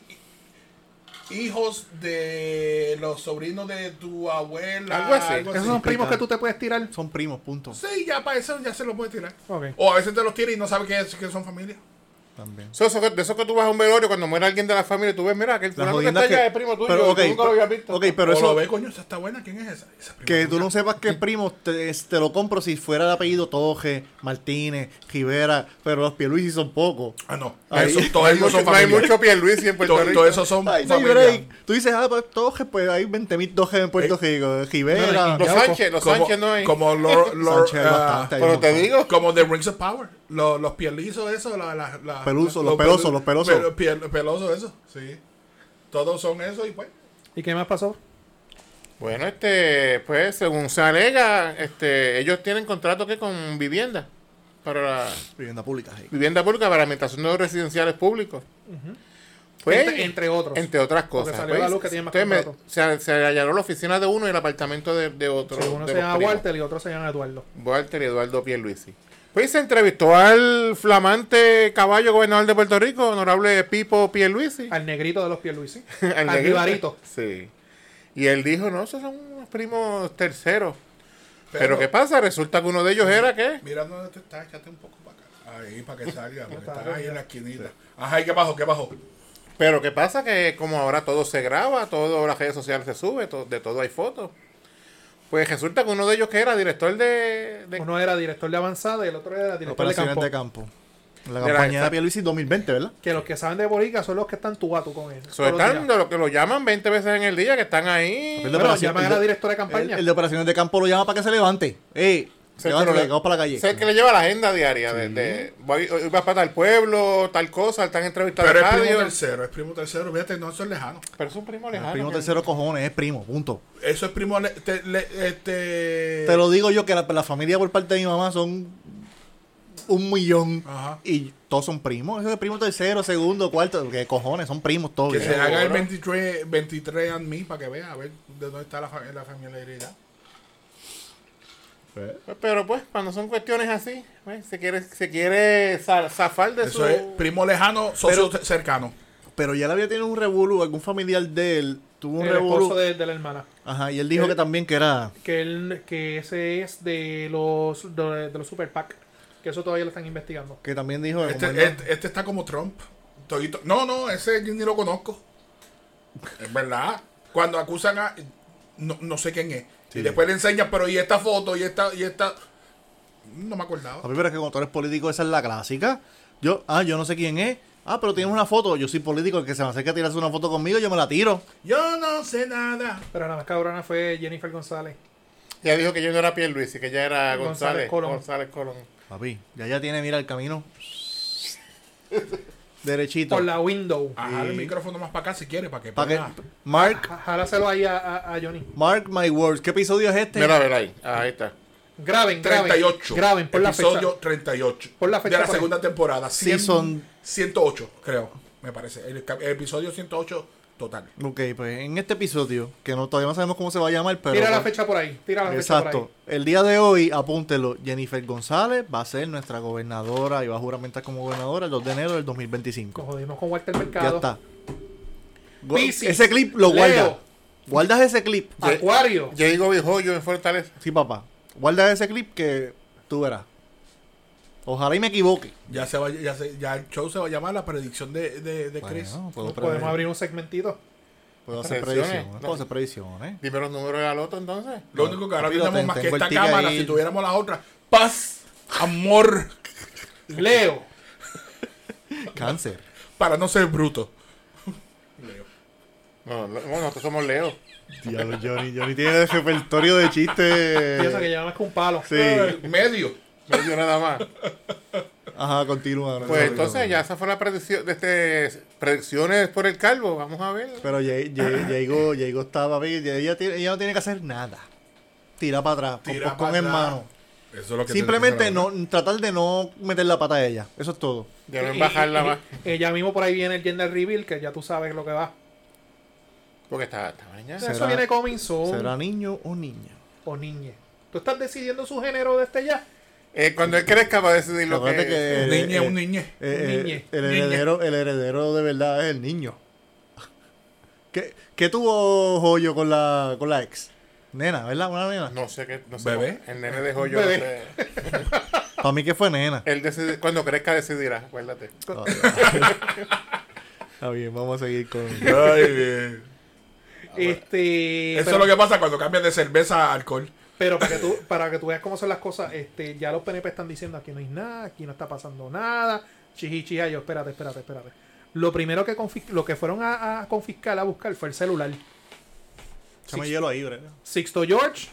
[SPEAKER 3] hi- hijos de los sobrinos de tu abuela.
[SPEAKER 4] Algo así.
[SPEAKER 2] Esos son primos que tú te puedes tirar.
[SPEAKER 1] Son primos, punto.
[SPEAKER 3] Sí, ya para eso ya se los puede tirar.
[SPEAKER 2] Ok.
[SPEAKER 3] O a veces te los tira y no sabe que, es- que son familia.
[SPEAKER 1] También.
[SPEAKER 4] eso- eso que- de eso que tú vas a un velorio cuando muere alguien de la familia, tú ves, mira, aquel
[SPEAKER 1] La
[SPEAKER 4] fulano que
[SPEAKER 1] jodienda
[SPEAKER 4] está
[SPEAKER 1] es
[SPEAKER 4] allá
[SPEAKER 1] que-
[SPEAKER 4] es primo tuyo.
[SPEAKER 1] pero, ok,
[SPEAKER 4] tú nunca lo habías visto.
[SPEAKER 1] ok, pero
[SPEAKER 3] o lo
[SPEAKER 1] eso,
[SPEAKER 3] ve, coño, esa está buena. ¿Quién es esa? Esa prima
[SPEAKER 1] que tú
[SPEAKER 3] mía.
[SPEAKER 1] no sepas que es primo, te- te lo compro si fuera de apellido Toje, Martínez, Rivera, pero los Pierluisi son pocos.
[SPEAKER 3] Ah, no.
[SPEAKER 1] Ahí-
[SPEAKER 3] Eso- todos
[SPEAKER 4] No hay
[SPEAKER 3] ellos
[SPEAKER 4] mucho,
[SPEAKER 3] son
[SPEAKER 4] no hay
[SPEAKER 3] familia.
[SPEAKER 4] mucho Pierluisi en Puerto
[SPEAKER 3] To-
[SPEAKER 4] Rico.
[SPEAKER 3] Todos esos son
[SPEAKER 1] Ay, no hay
[SPEAKER 3] familia.
[SPEAKER 1] break. Tú dices, ah, pues Toje, pues hay 20.000 Tojes en Puerto Rico. Rivera.
[SPEAKER 4] Los
[SPEAKER 2] Ya,
[SPEAKER 4] Sánchez, los Sánchez no hay.
[SPEAKER 3] Como Lord, Lord,
[SPEAKER 1] Sánchez hay
[SPEAKER 3] ah,
[SPEAKER 1] bastante, hay un
[SPEAKER 4] pero te
[SPEAKER 1] montón.
[SPEAKER 4] digo,
[SPEAKER 3] como The Rings of Power. Los, los pielizos, eso. La, la, la-
[SPEAKER 1] Peluso, los pelosos,
[SPEAKER 3] pelu-
[SPEAKER 1] los pelosos.
[SPEAKER 3] pelo- piel- pelosos, eso, sí. Todos son eso y pues.
[SPEAKER 2] ¿Y qué más pasó?
[SPEAKER 4] Bueno, este, pues, según se alega, este, ellos tienen contrato que con vivienda para la
[SPEAKER 1] Vivienda pública, sí.
[SPEAKER 4] vivienda pública para administración de residenciales públicos. Pues,
[SPEAKER 2] Entre, entre otros.
[SPEAKER 4] entre otras cosas.
[SPEAKER 2] salió a la luz que tienen más
[SPEAKER 4] entonces me-
[SPEAKER 2] contratos.
[SPEAKER 4] se, se hallaró la oficina de uno y el apartamento de, de otro.
[SPEAKER 2] Sí, uno se
[SPEAKER 4] de los
[SPEAKER 2] llama
[SPEAKER 4] primos.
[SPEAKER 2] Walter y otro se llama Eduardo.
[SPEAKER 4] Walter y Eduardo Pierluisi. Pues se entrevistó al flamante caballo gobernador de Puerto Rico, honorable Pipo Pierluisi.
[SPEAKER 2] Al negrito de los Pierluisi.
[SPEAKER 4] Al
[SPEAKER 2] al
[SPEAKER 4] negrito.
[SPEAKER 2] Aldivarito.
[SPEAKER 4] Sí. Y él dijo, no, esos son unos primos terceros. Pero, ¿qué pasa? Resulta que uno de ellos era que
[SPEAKER 3] Mira dónde te estás, échate un poco para acá. Ahí, para que salga, porque
[SPEAKER 2] Está
[SPEAKER 3] estás ahí
[SPEAKER 2] bien.
[SPEAKER 3] en la esquinita. Ajá, ¿y qué bajó? ¿Qué bajó?
[SPEAKER 4] Pero ¿qué pasa? Que como ahora todo se graba, todas las redes sociales se sube, to- de todo hay fotos. Pues resulta que uno de ellos que era director de... de-
[SPEAKER 2] Uno era director de avanzada y el otro era director de
[SPEAKER 1] Operaciones
[SPEAKER 2] campo.
[SPEAKER 1] de campo. La
[SPEAKER 4] Mira,
[SPEAKER 1] campaña
[SPEAKER 4] esa-
[SPEAKER 1] de Pierluisi 2020, ¿verdad?
[SPEAKER 2] Que los que saben de Borica son los que están tu gato con él.
[SPEAKER 4] so,
[SPEAKER 2] Todos los
[SPEAKER 4] están
[SPEAKER 2] días.
[SPEAKER 4] de lo que lo llaman 20 veces en el día, que están ahí.
[SPEAKER 1] Pero-
[SPEAKER 2] Bueno,
[SPEAKER 1] operación-
[SPEAKER 2] llaman a
[SPEAKER 1] el de-
[SPEAKER 2] la directora de
[SPEAKER 1] El,
[SPEAKER 2] campaña.
[SPEAKER 1] el de operaciones de campo lo llama para que se levante. ¡Ey!
[SPEAKER 4] Se-
[SPEAKER 1] Levántate,
[SPEAKER 4] pero-
[SPEAKER 1] que vamos para la calle.
[SPEAKER 4] Es el que le lleva la agenda diaria de, de voy, hoy vas para tal pueblo, tal cosa, están entrevistando
[SPEAKER 3] Pero es
[SPEAKER 4] a
[SPEAKER 3] primo
[SPEAKER 4] radio.
[SPEAKER 3] tercero, es primo tercero. Fíjate, no, eso es lejano.
[SPEAKER 4] Pero es un primo
[SPEAKER 1] El
[SPEAKER 4] lejano.
[SPEAKER 1] primo
[SPEAKER 4] que-
[SPEAKER 1] tercero cojones, es primo, punto.
[SPEAKER 3] Eso es primo. le- te- le- este...
[SPEAKER 1] Te lo digo yo que la, la familia por parte de mi mamá son un millón
[SPEAKER 3] Ajá.
[SPEAKER 1] y todos son primos. Eso es primo tercero, segundo, cuarto, que cojones, son primos todos.
[SPEAKER 3] Que se
[SPEAKER 1] ya.
[SPEAKER 3] haga el
[SPEAKER 4] Seguro.
[SPEAKER 3] 23, 23 and me para que vea, a ver de dónde está la, fa- la familiaridad.
[SPEAKER 4] Pues, Pero pues, cuando son cuestiones así, pues, se quiere, se quiere za- zafar de su...
[SPEAKER 3] Eso es primo lejano, socio te- cercano.
[SPEAKER 1] Pero ya la había tenido un revolú, algún familiar de él tuvo un
[SPEAKER 2] el esposo
[SPEAKER 1] revolú.
[SPEAKER 2] de, de la hermana.
[SPEAKER 1] Ajá, y él
[SPEAKER 2] Eh,
[SPEAKER 1] dijo que también que era.
[SPEAKER 2] Que, él, que ese es de los, de, de los Super PAC. Que eso todavía lo están investigando.
[SPEAKER 1] Que también dijo. que como él
[SPEAKER 3] Este,
[SPEAKER 1] no-
[SPEAKER 3] este- este está como Trump. Todito- No, no, ese yo ni lo conozco. Es verdad. Cuando acusan a. No, no sé quién es. Y después le enseñan, pero y esta foto, y esta, y esta. No me acordaba.
[SPEAKER 1] Papi, pero es que cuando tú eres político, esa es la clásica. Yo, ah, yo no sé quién es. Ah, pero tienes una foto. Yo soy político, el que se me acerque a tirarse una foto conmigo, yo me la tiro.
[SPEAKER 3] Yo no sé nada.
[SPEAKER 2] Pero la más cabrona fue Jennifer González.
[SPEAKER 4] Ya dijo que yo no era Pierluisi, que ya era
[SPEAKER 2] González
[SPEAKER 4] González,
[SPEAKER 2] Colón.
[SPEAKER 4] González Colón.
[SPEAKER 1] Papi, ya ya tiene, mira, el camino. Derechito.
[SPEAKER 2] Por la Ah. window.
[SPEAKER 1] Ah.
[SPEAKER 3] Ajá, el micrófono más para acá si quiere, para que
[SPEAKER 1] Pa' que-
[SPEAKER 3] pueda.
[SPEAKER 1] Mark,
[SPEAKER 2] Ja- Járaselo ahí a, a- a Johnny.
[SPEAKER 1] mark my words. ¿Qué episodio es este?
[SPEAKER 4] Mira, a ver ah, ahí, ahí está.
[SPEAKER 2] Graben, graben.
[SPEAKER 3] 38.
[SPEAKER 2] Graben por la fecha.
[SPEAKER 3] episodio 38.
[SPEAKER 2] Por la fecha,
[SPEAKER 3] De la
[SPEAKER 2] por ahí.
[SPEAKER 3] segunda temporada. Cien-
[SPEAKER 1] Season-
[SPEAKER 3] 108, creo. Me parece. El, cap- el episodio 108 total.
[SPEAKER 1] Ok, pues en este episodio, que no, todavía no sabemos cómo se va a llamar, pero. pues,
[SPEAKER 2] Tira la fecha por ahí. Tira la fecha por ahí.
[SPEAKER 1] Exacto. El día de hoy, apúntelo, Jennifer González va a ser nuestra gobernadora y va a juramentar como gobernadora el 2 de enero del 2025.
[SPEAKER 2] Nos jodimos con Walter
[SPEAKER 1] Ya
[SPEAKER 2] Mercado.
[SPEAKER 1] está. Gu-
[SPEAKER 2] Pisi,
[SPEAKER 1] ese clip lo
[SPEAKER 2] Leo. Ah.
[SPEAKER 1] guardas. Guardas ese clip.
[SPEAKER 2] Acuario.
[SPEAKER 4] Diego Viejoyo en Fortaleza.
[SPEAKER 1] Sí, papá. Guarda ese clip que tú verás. Ojalá y me equivoque.
[SPEAKER 3] Ya se va, ya, se- ya el show se va a llamar la predicción de, de, de Chris.
[SPEAKER 1] Bueno, pues, puedo, prever-
[SPEAKER 2] Podemos abrir un segmentito.
[SPEAKER 1] puedo hacer
[SPEAKER 4] Predicciones.
[SPEAKER 1] predicciones. Puedo hacer predicciones.
[SPEAKER 4] Dime los números del otro entonces.
[SPEAKER 3] Lo único que ahora
[SPEAKER 1] Rápido,
[SPEAKER 3] tenemos
[SPEAKER 1] ten-
[SPEAKER 3] más que
[SPEAKER 1] tengo el
[SPEAKER 3] esta
[SPEAKER 1] tic ahí.
[SPEAKER 3] cámara, si tuviéramos las otras, paz, amor,
[SPEAKER 2] Leo.
[SPEAKER 1] Cáncer.
[SPEAKER 3] para no ser bruto.
[SPEAKER 4] No, no, bueno, nosotros somos Leo.
[SPEAKER 1] Diablo, Johnny. Johnny tiene el repertorio de
[SPEAKER 2] Piensa que
[SPEAKER 1] chistes.
[SPEAKER 2] llevamos con un palo.
[SPEAKER 1] Eh. Sí.
[SPEAKER 3] Medio.
[SPEAKER 4] No yo nada más.
[SPEAKER 1] Ajá, continúa.
[SPEAKER 4] Pues entonces ya esa fue la predicción de este predicciones por el calvo. Vamos a ver.
[SPEAKER 1] Pero Ye- Ye- Yeigo Yeigo estaba bien. Ye- Ella, tiene- ella no tiene que hacer nada. Tira para atrás.
[SPEAKER 3] Tira
[SPEAKER 1] con
[SPEAKER 3] para
[SPEAKER 1] en
[SPEAKER 3] atrás.
[SPEAKER 1] mano.
[SPEAKER 3] Eso es lo que
[SPEAKER 1] Simplemente
[SPEAKER 3] tiene que hacer
[SPEAKER 1] no, tratar de no meter la pata a ella. Eso es todo.
[SPEAKER 4] Ya no
[SPEAKER 2] Y-
[SPEAKER 4] bajarla
[SPEAKER 2] y-
[SPEAKER 4] más.
[SPEAKER 2] y Eh, ya mismo por ahí viene el gender reveal, que ya tú sabes lo que va.
[SPEAKER 4] Porque está, está mañana.
[SPEAKER 1] Sí.
[SPEAKER 2] Eso
[SPEAKER 1] Será-
[SPEAKER 2] viene coming soon.
[SPEAKER 1] ¿Será niño o niña?
[SPEAKER 2] O niñe. Tú estás decidiendo su género desde ya.
[SPEAKER 4] Eh, cuando él crezca va a decidir lo que,
[SPEAKER 1] Acuérdate que-
[SPEAKER 3] Un
[SPEAKER 1] Eh,
[SPEAKER 3] niñe,
[SPEAKER 1] eh,
[SPEAKER 3] un niñe.
[SPEAKER 1] Eh, eh,
[SPEAKER 2] Niñe.
[SPEAKER 1] el,
[SPEAKER 3] Niñe.
[SPEAKER 1] heredero, el heredero de verdad es el niño. ¿Qué, qué tuvo Joyo con la, con la ex? Nena, ¿verdad? Una nena.
[SPEAKER 4] No sé qué. No sé,
[SPEAKER 3] Bebé.
[SPEAKER 4] El nene dejó yo.
[SPEAKER 2] Bebé.
[SPEAKER 4] no sé.
[SPEAKER 1] Para mí que fue nena.
[SPEAKER 4] Él decide, cuando crezca decidirá, acuérdate.
[SPEAKER 1] Está bien, vamos a seguir con... eh,
[SPEAKER 3] Ay, bien.
[SPEAKER 2] este.
[SPEAKER 3] Ah, Eso
[SPEAKER 2] pero,
[SPEAKER 3] es lo que pasa cuando cambias de cerveza a alcohol.
[SPEAKER 2] pero para que tú, para que tú veas cómo son las cosas, este, ya los PNP están diciendo aquí no hay nada, aquí no está pasando nada. Chiji, chija, yo, espérate, espérate, espérate. Lo primero que confis- lo que fueron a, a confiscar a buscar fue el celular.
[SPEAKER 1] Chame hielo ahí, ¿verdad?
[SPEAKER 2] Sixto George,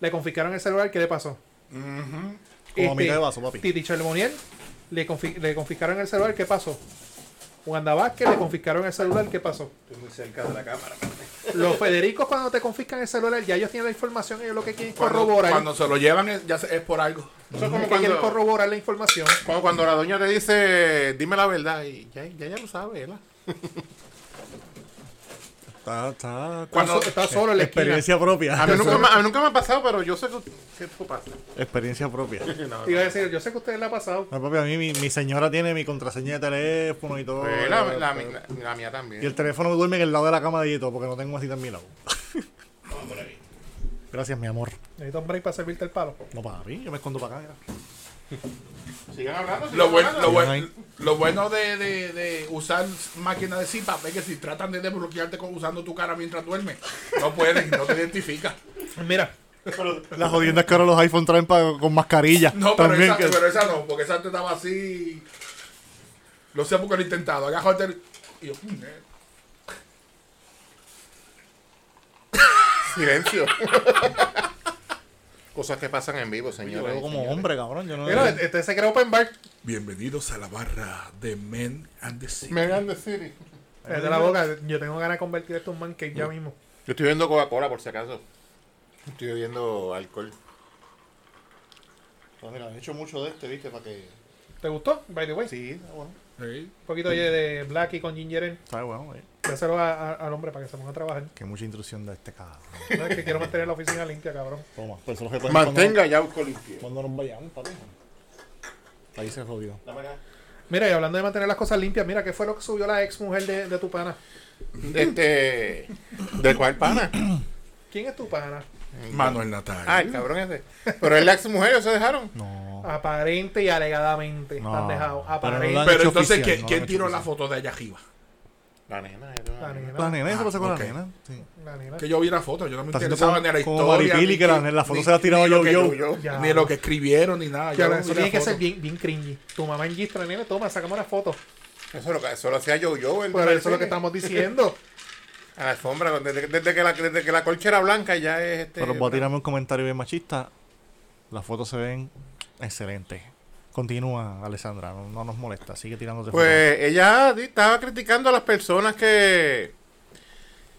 [SPEAKER 2] le confiscaron el celular, ¿qué le pasó? Este,
[SPEAKER 1] Como amiga de vaso, papi.
[SPEAKER 2] Titi Charbonnier, le, confi- le confiscaron el celular, ¿qué pasó? Wanda Vázquez, le confiscaron el celular, ¿qué pasó?
[SPEAKER 5] Estoy muy cerca de la cámara.
[SPEAKER 2] Los Federicos, cuando te confiscan el celular, ya ellos tienen la información, ellos lo que quieren es
[SPEAKER 3] Cuando,
[SPEAKER 2] corroborar.
[SPEAKER 3] cuando se lo llevan es, ya se- es por algo.
[SPEAKER 4] Eso
[SPEAKER 2] Lo
[SPEAKER 4] es como
[SPEAKER 2] que quieren
[SPEAKER 4] cuando,
[SPEAKER 2] corroborar la información.
[SPEAKER 4] como cuando la doña te dice, dime la verdad. Y ya ya, ya lo sabe, ¿verdad?
[SPEAKER 1] Está, está...
[SPEAKER 3] Cuando,
[SPEAKER 2] está solo en la esquina.
[SPEAKER 1] Experiencia propia.
[SPEAKER 4] A mí, nunca, me- a mí nunca me ha pasado, pero yo sé que, que esto pasa.
[SPEAKER 1] Experiencia propia.
[SPEAKER 4] No, no.
[SPEAKER 2] Te iba a decir, yo sé que a ustedes le ha pasado.
[SPEAKER 1] No, papi, a mí mi, mi señora tiene mi contraseña de teléfono y todo. Eh,
[SPEAKER 4] Pues la, la- la- la mía también.
[SPEAKER 1] Y el teléfono duerme en el lado de la cama de Yito porque no tengo así en mi lado. Gracias, mi amor.
[SPEAKER 2] Necesito un break para servirte el palo.
[SPEAKER 1] No, papi, yo me escondo para acá. mira.
[SPEAKER 4] Sigan hablando. sigan
[SPEAKER 3] lo, buen-
[SPEAKER 4] hablando.
[SPEAKER 3] lo buen- lo bueno de, de- de usar máquina de CPAP es que si tratan de desbloquearte con- usando tu cara mientras duermes, no pueden, no te identificas.
[SPEAKER 2] Mira,
[SPEAKER 1] Las jodiendas que ahora los iPhone traen pa- con mascarilla.
[SPEAKER 3] No, pero
[SPEAKER 1] también
[SPEAKER 3] esa,
[SPEAKER 1] que-
[SPEAKER 3] pero esa no, porque esa te estaba así. Lo sé porque lo he intentado. Agajo el tel- y yo, mm, eh.
[SPEAKER 4] Silencio. Cosas que pasan en vivo, señores.
[SPEAKER 1] Yo veo como
[SPEAKER 4] señores.
[SPEAKER 1] hombre, cabrón. Yo no
[SPEAKER 2] mira, este se creó open bar.
[SPEAKER 3] Bienvenidos a la barra de Men and the Sea.
[SPEAKER 4] Megan the City.
[SPEAKER 2] Cállate la boca, yo tengo ganas de convertir esto en un man cave ya mismo.
[SPEAKER 4] Yo estoy viendo Coca-Cola, por si acaso. Estoy bebiendo alcohol.
[SPEAKER 1] Pues mira, he hecho mucho de este, ¿viste? Para que.
[SPEAKER 2] ¿Te gustó? By the way.
[SPEAKER 1] Sí, está bueno.
[SPEAKER 3] Sí.
[SPEAKER 2] Un poquito oye, de Blackie con Ginger Ale.
[SPEAKER 1] Está bueno, eh.
[SPEAKER 2] Dáselo a- a- al hombre para que se ponga a trabajar.
[SPEAKER 1] Que mucha intrusión de este cabrón.
[SPEAKER 2] No, es que quiero mantener la oficina limpia, cabrón.
[SPEAKER 1] Toma, pues eso es lo que podemos
[SPEAKER 4] Mantenga ya alcohol limpio.
[SPEAKER 1] Cuando, cuando nos vayamos, papi. Ahí se jodió.
[SPEAKER 2] Mira, y hablando de mantener las cosas limpias, mira, ¿qué fue lo que subió la ex mujer de, de tu pana?
[SPEAKER 4] Este. ¿De cuál pana?
[SPEAKER 2] ¿Quién es tu pana?
[SPEAKER 3] Manuel Natal.
[SPEAKER 4] Ah, el cabrón ese. Pero el ex mujer, ¿eso dejaron?
[SPEAKER 1] No.
[SPEAKER 2] Aparente y alegadamente.
[SPEAKER 1] No,
[SPEAKER 2] están dejados.
[SPEAKER 1] pero no
[SPEAKER 2] Aparente.
[SPEAKER 1] la-
[SPEAKER 3] Pero
[SPEAKER 1] hecho
[SPEAKER 3] entonces,
[SPEAKER 1] oficial,
[SPEAKER 3] ¿quién,
[SPEAKER 1] no,
[SPEAKER 3] quién
[SPEAKER 1] no hecho
[SPEAKER 3] tiró la
[SPEAKER 1] oficial.
[SPEAKER 3] foto de allá arriba?
[SPEAKER 4] La nena. yo tengo
[SPEAKER 2] La
[SPEAKER 4] una nena.
[SPEAKER 2] nena.
[SPEAKER 1] La nena, eso
[SPEAKER 3] Ah,
[SPEAKER 1] pasa con
[SPEAKER 3] ok.
[SPEAKER 1] la nena. Sí.
[SPEAKER 2] La nena.
[SPEAKER 3] Que yo vi la foto, yo no me
[SPEAKER 1] Está
[SPEAKER 3] interesaba
[SPEAKER 1] haciendo
[SPEAKER 3] ni a la
[SPEAKER 1] como-
[SPEAKER 3] historia.
[SPEAKER 1] como Maripili,
[SPEAKER 3] ni
[SPEAKER 1] que la-
[SPEAKER 3] qué-
[SPEAKER 1] la foto
[SPEAKER 3] ni-
[SPEAKER 1] se la tiraba
[SPEAKER 3] ni lo que
[SPEAKER 1] yo-
[SPEAKER 4] yo.
[SPEAKER 2] Ya.
[SPEAKER 3] Ni lo que escribieron, ni nada.
[SPEAKER 2] Que
[SPEAKER 3] yo
[SPEAKER 2] ahora
[SPEAKER 3] vi
[SPEAKER 2] eso
[SPEAKER 3] la
[SPEAKER 2] tiene que
[SPEAKER 3] foto.
[SPEAKER 2] ser bien, bien cringy. Tu mamá en Gistra, nene, toma, sacamos una foto.
[SPEAKER 4] Eso lo, que- eso lo hacía yo, yo. el
[SPEAKER 2] Por
[SPEAKER 4] de
[SPEAKER 2] eso es lo que
[SPEAKER 4] Martínez.
[SPEAKER 2] estamos diciendo.
[SPEAKER 4] A la alfombra, desde, desde que la, desde que la colchera blanca ya es este.
[SPEAKER 1] Pero voy a tirarme un comentario bien machista. Las fotos se ven excelentes. Continúa, Alessandra. No, no nos molesta. Sigue tirándote
[SPEAKER 4] Pues ella di- estaba criticando a las personas que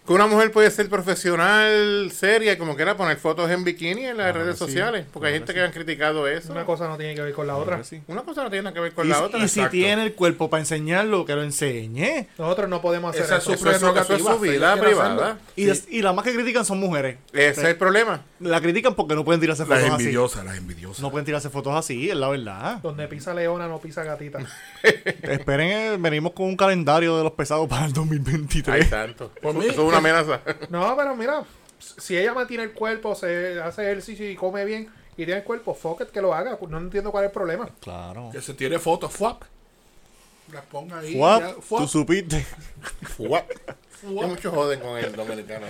[SPEAKER 4] que una mujer puede ser profesional, seria, y como quiera poner fotos en bikini en las
[SPEAKER 1] Claro
[SPEAKER 4] redes
[SPEAKER 1] que sí,
[SPEAKER 4] sociales, porque hay
[SPEAKER 1] claro
[SPEAKER 4] gente
[SPEAKER 1] que
[SPEAKER 4] que han criticado eso.
[SPEAKER 2] Una cosa no tiene que ver con la otra.
[SPEAKER 1] Claro que sí.
[SPEAKER 4] Una cosa no tiene nada que ver con
[SPEAKER 1] Y,
[SPEAKER 4] la
[SPEAKER 1] si-
[SPEAKER 4] otra.
[SPEAKER 1] y si
[SPEAKER 4] exacto.
[SPEAKER 1] tiene el cuerpo para enseñarlo, que lo enseñe.
[SPEAKER 2] Nosotros no podemos hacer
[SPEAKER 3] Esa es
[SPEAKER 2] eso.
[SPEAKER 3] su
[SPEAKER 4] Eso es, su- eso es
[SPEAKER 3] prerrogativa,
[SPEAKER 4] su
[SPEAKER 3] si
[SPEAKER 4] vida
[SPEAKER 3] ellos quieren
[SPEAKER 4] privada.
[SPEAKER 3] hacerlo.
[SPEAKER 1] Y, las, y las más que critican son mujeres.
[SPEAKER 4] Ese es el problema.
[SPEAKER 1] La critican porque no pueden tirarse
[SPEAKER 3] Las
[SPEAKER 1] fotos así.
[SPEAKER 3] envidiosas, las envidiosas.
[SPEAKER 1] No pues, pueden tirarse fotos así, es la verdad.
[SPEAKER 2] Donde pisa leona, no pisa gatita.
[SPEAKER 1] Esperen, eh, venimos con un calendario de los pesados para el 2023.
[SPEAKER 4] Hay tanto.
[SPEAKER 3] Por
[SPEAKER 4] Eso
[SPEAKER 3] mí-
[SPEAKER 4] eso es una amenaza.
[SPEAKER 2] No, pero mira, si ella mantiene el cuerpo, se hace ejercicio y come bien y tiene el cuerpo, fuck it, que lo haga. No entiendo cuál es el problema.
[SPEAKER 1] Claro.
[SPEAKER 3] Que se tire fotos, fuap. Las ponga ahí. ya,
[SPEAKER 1] Guap,
[SPEAKER 3] fuap,
[SPEAKER 1] tú supiste.
[SPEAKER 4] Fuap. Que muchos joden con el dominicano.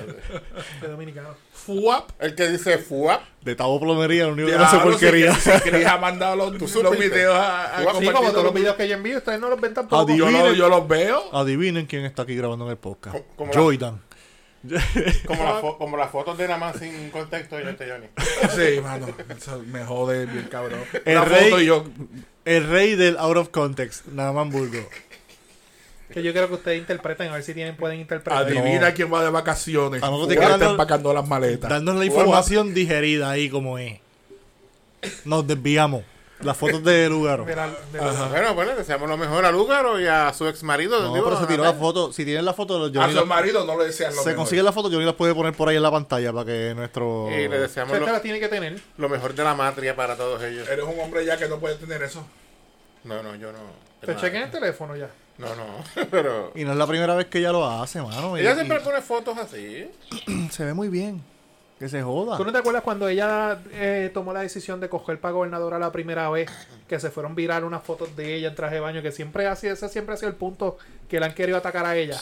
[SPEAKER 2] De dominicano.
[SPEAKER 3] fuap.
[SPEAKER 4] El que dice fuap.
[SPEAKER 1] De Tabo Plomería, lo único que
[SPEAKER 3] Ya,
[SPEAKER 1] no hace
[SPEAKER 3] no sé
[SPEAKER 1] porquería.
[SPEAKER 3] qué- si Cris ha mandado los, los
[SPEAKER 4] supiste.
[SPEAKER 3] videos a, a
[SPEAKER 4] Fuap,
[SPEAKER 2] Sí, como todos los
[SPEAKER 3] compartirlo.
[SPEAKER 2] videos que yo envío, ustedes no los ven tampoco.
[SPEAKER 1] Adiós.
[SPEAKER 3] yo,
[SPEAKER 1] Miren.
[SPEAKER 3] los, yo los veo.
[SPEAKER 1] Adivinen quién está aquí grabando en el podcast.
[SPEAKER 4] Co- como la-
[SPEAKER 1] Jordan.
[SPEAKER 4] Como, la fo- como las fotos de nada más sin contexto de este Johnny.
[SPEAKER 3] Sí, mano. eso me jode bien, cabrón.
[SPEAKER 1] El
[SPEAKER 3] La
[SPEAKER 1] rey-
[SPEAKER 3] foto y yo.
[SPEAKER 1] El rey del out of context, Naman Burgo.
[SPEAKER 2] Que yo quiero que ustedes interpreten, a ver si tienen, pueden interpretar.
[SPEAKER 3] Adivina quién va de vacaciones.
[SPEAKER 1] Ah, A nosotros te
[SPEAKER 3] Fuap
[SPEAKER 1] quedan
[SPEAKER 3] está
[SPEAKER 1] los-
[SPEAKER 3] empacando las maletas.
[SPEAKER 1] Dándonos la información digerida ahí como es. Nos desviamos. Las fotos de Lugaro.
[SPEAKER 2] De la- de la-
[SPEAKER 4] Bueno, bueno, deseamos lo mejor a Lugaro y a su ex marido.
[SPEAKER 1] No, pero se tiró la foto. Si tienen la foto,
[SPEAKER 4] Ah,
[SPEAKER 1] los
[SPEAKER 3] A
[SPEAKER 1] Johnny
[SPEAKER 3] su
[SPEAKER 1] la-
[SPEAKER 3] marido no le desean lo
[SPEAKER 1] se
[SPEAKER 3] mejor.
[SPEAKER 1] consigue la foto, Johnny las puede poner por ahí en la pantalla para que nuestro.
[SPEAKER 4] Y le
[SPEAKER 2] o sea,
[SPEAKER 4] deseamos
[SPEAKER 2] esta
[SPEAKER 4] lo,
[SPEAKER 2] Este la tiene que tener.
[SPEAKER 4] lo mejor de la matria para todos ellos.
[SPEAKER 3] Eres un hombre ya que no puede tener eso.
[SPEAKER 4] No, no, yo no.
[SPEAKER 2] Te
[SPEAKER 4] nada.
[SPEAKER 2] chequen el teléfono ya.
[SPEAKER 4] No, no, pero...
[SPEAKER 1] Y no es la primera vez que ella lo hace, mano. Y-
[SPEAKER 4] Ella
[SPEAKER 1] y
[SPEAKER 4] siempre pone fotos así.
[SPEAKER 1] se ve muy bien. Que se joda.
[SPEAKER 2] ¿Tú no te acuerdas cuando ella eh, tomó la decisión de coger para gobernadora la primera vez? Que se fueron viral unas fotos de ella en traje de baño, que siempre ha sido, ese siempre ha sido el punto que le han querido atacar a ella.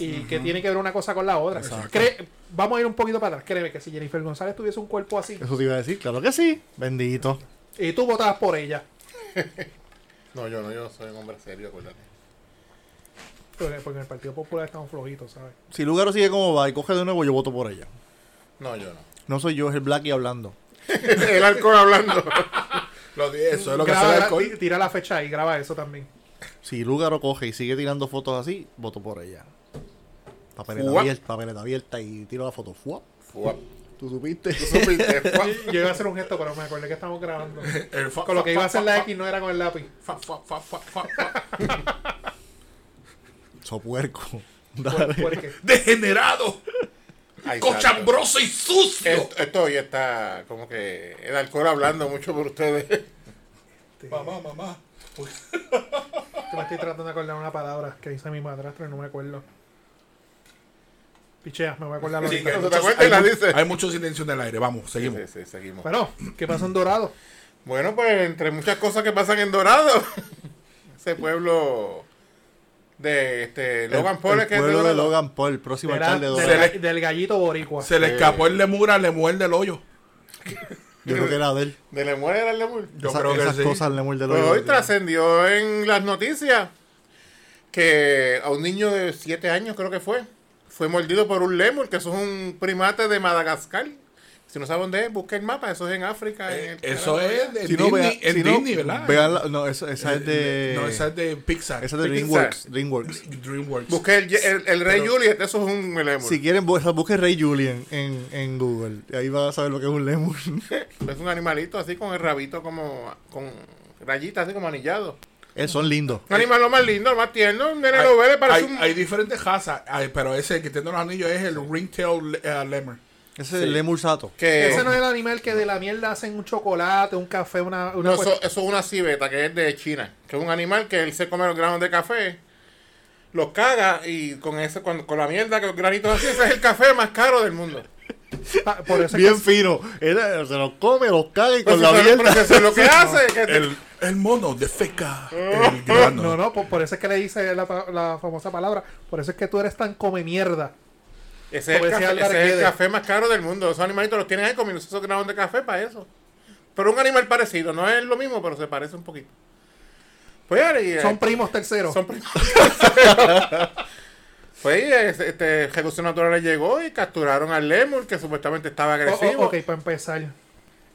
[SPEAKER 2] Y que tiene que ver una cosa con la otra. Cre- Vamos a ir un poquito para atrás. Créeme que si Jennifer González tuviese un cuerpo así
[SPEAKER 1] Eso te iba a decir, claro que sí. Bendito.
[SPEAKER 2] y tú votabas por ella,
[SPEAKER 4] No, yo no, yo soy un hombre serio, acuérdate.
[SPEAKER 2] porque, porque en el Partido Popular estamos flojitos, ¿sabes?
[SPEAKER 1] Si Lugaro sigue como va y coge de nuevo, yo voto por ella.
[SPEAKER 4] No, yo no.
[SPEAKER 1] No soy yo, es el Blackie hablando.
[SPEAKER 4] el alcohol hablando.
[SPEAKER 3] Lo di- eso es lo que
[SPEAKER 2] Graba-
[SPEAKER 3] se ve
[SPEAKER 2] gra-
[SPEAKER 3] alcohol.
[SPEAKER 2] ti- Tira la fecha ahí, graba eso también.
[SPEAKER 1] Si Lugaro coge y sigue tirando fotos así, voto por ella. Papeleta
[SPEAKER 4] Fuap.
[SPEAKER 1] abierta, papeleta abierta y tiro la foto. Fuap.
[SPEAKER 4] Fuap.
[SPEAKER 1] ¿Tú supiste?
[SPEAKER 4] Tú supiste, fuap.
[SPEAKER 2] Yo iba a hacer un gesto, pero me acordé que estamos grabando.
[SPEAKER 3] El fa-
[SPEAKER 2] Con lo que
[SPEAKER 3] fa-
[SPEAKER 2] iba a
[SPEAKER 3] fa-
[SPEAKER 2] hacer
[SPEAKER 3] fa-
[SPEAKER 2] la X no era con el lápiz.
[SPEAKER 3] fa- fa- fa- fa- fa- fa-
[SPEAKER 1] So puerco.
[SPEAKER 2] Por-
[SPEAKER 1] Dale.
[SPEAKER 2] porque-
[SPEAKER 3] Degenerado,
[SPEAKER 4] Ay, santo.
[SPEAKER 3] cochambroso y sucio.
[SPEAKER 4] Esto, esto hoy está como que el alcohol hablando mucho por ustedes.
[SPEAKER 3] Mamá, mamá.
[SPEAKER 2] Yo me estoy tratando de acordar una palabra que dice mi madrastra y no me acuerdo. Pichea, me voy a acordar
[SPEAKER 3] Sí,
[SPEAKER 2] ahorita.
[SPEAKER 3] que-
[SPEAKER 4] ¿No te acuerdas? La
[SPEAKER 3] hay mu-
[SPEAKER 4] dice.
[SPEAKER 3] Hay mucho silencio en el aire. Vamos, seguimos.
[SPEAKER 4] Sí, sí, seguimos.
[SPEAKER 2] Bueno, ¿qué pasó en Dorado?
[SPEAKER 4] Bueno, pues entre muchas cosas que pasan en Dorado, ese pueblo de este, Logan Paul,
[SPEAKER 1] el
[SPEAKER 4] que es
[SPEAKER 1] pueblo de
[SPEAKER 4] Dorado.
[SPEAKER 1] Logan Paul, próximo
[SPEAKER 2] Era
[SPEAKER 1] alcalde de
[SPEAKER 2] del,
[SPEAKER 1] Dorado.
[SPEAKER 2] ga- del gallito boricua.
[SPEAKER 3] Se le escapó el lemur al lemur del hoyo.
[SPEAKER 1] Yo creo que era de él.
[SPEAKER 4] De Lemur era el Lemur.
[SPEAKER 3] Yo
[SPEAKER 1] Esa-
[SPEAKER 3] creo que
[SPEAKER 1] esas
[SPEAKER 3] sí.
[SPEAKER 1] cosas le muerde el
[SPEAKER 4] Pues
[SPEAKER 1] oído.
[SPEAKER 4] hoy trascendió en las noticias que a un niño de 7 años, creo que fue, fue mordido por un lemur, que eso es un primate de Madagascar. Si no saben dónde es, busca el mapa, eso es en África. en
[SPEAKER 3] Eh,
[SPEAKER 4] el-
[SPEAKER 3] Eso es de
[SPEAKER 1] Si no,
[SPEAKER 3] Disney,
[SPEAKER 1] vea-
[SPEAKER 3] en
[SPEAKER 1] si no,
[SPEAKER 3] Disney, ¿verdad? Eh,
[SPEAKER 1] vean la- no, esa, esa es de.
[SPEAKER 3] No, esa es de Pixar.
[SPEAKER 1] esa es de
[SPEAKER 4] de
[SPEAKER 1] DreamWorks.
[SPEAKER 4] Pixar.
[SPEAKER 1] DreamWorks.
[SPEAKER 3] DreamWorks.
[SPEAKER 4] Busqué el, el- el Rey Juliet, eso es un lemur.
[SPEAKER 1] Si quieren, bu- busquen Rey Julien en, en Google. Y ahí van a saber lo que es un lemur.
[SPEAKER 4] Es un animalito así con el rabito como con rayitas así como anillado.
[SPEAKER 1] Eh, son lindos.
[SPEAKER 4] Un animal lo más lindo, lo más tierno, un nene
[SPEAKER 3] Hay,
[SPEAKER 4] lo ve, le parece
[SPEAKER 3] hay-
[SPEAKER 4] un
[SPEAKER 3] hay diferentes razas, ay, pero ese que tiene los anillos es el ringtail eh, lemur.
[SPEAKER 1] Ese es el lemur sato.
[SPEAKER 4] que
[SPEAKER 2] Ese no es el animal que de la mierda hacen un chocolate, un café, una, una
[SPEAKER 4] no,
[SPEAKER 2] cuestión.
[SPEAKER 4] eso, eso es una civeta que es de China, que es un animal que él se come los granos de café, los caga y con ese con, con la mierda que los granitos así, ese es el café más caro del mundo.
[SPEAKER 2] Pa- Ah, Por eso es
[SPEAKER 1] Bien
[SPEAKER 2] que-
[SPEAKER 1] fino. Él, eh, se los come, los caga y con la
[SPEAKER 4] Pero Pues eso-
[SPEAKER 1] mierda.
[SPEAKER 4] pero eso es lo que hace, que te-
[SPEAKER 3] El, el mono de feca. El grano.
[SPEAKER 2] no, no, por, por eso es que le dice la, pa- la famosa palabra. Por eso es que tú eres tan come mierda.
[SPEAKER 4] ese es el,
[SPEAKER 2] como decía
[SPEAKER 4] café,
[SPEAKER 2] Álvaro
[SPEAKER 4] ese es el
[SPEAKER 2] Guedes.
[SPEAKER 4] café más caro del mundo. Esos animalitos los tienen ahí comiendo esos granos de café para eso. Pero un animal parecido, no es lo mismo, pero se parece un poquito. Pues, y-
[SPEAKER 2] Son primos terceros. Oh,
[SPEAKER 4] Son primos. Fue ahí, es- este, ejecución natural llegó y capturaron al Lemur, que supuestamente estaba
[SPEAKER 2] O-
[SPEAKER 4] agresivo.
[SPEAKER 2] o- oh, ok, para empezar.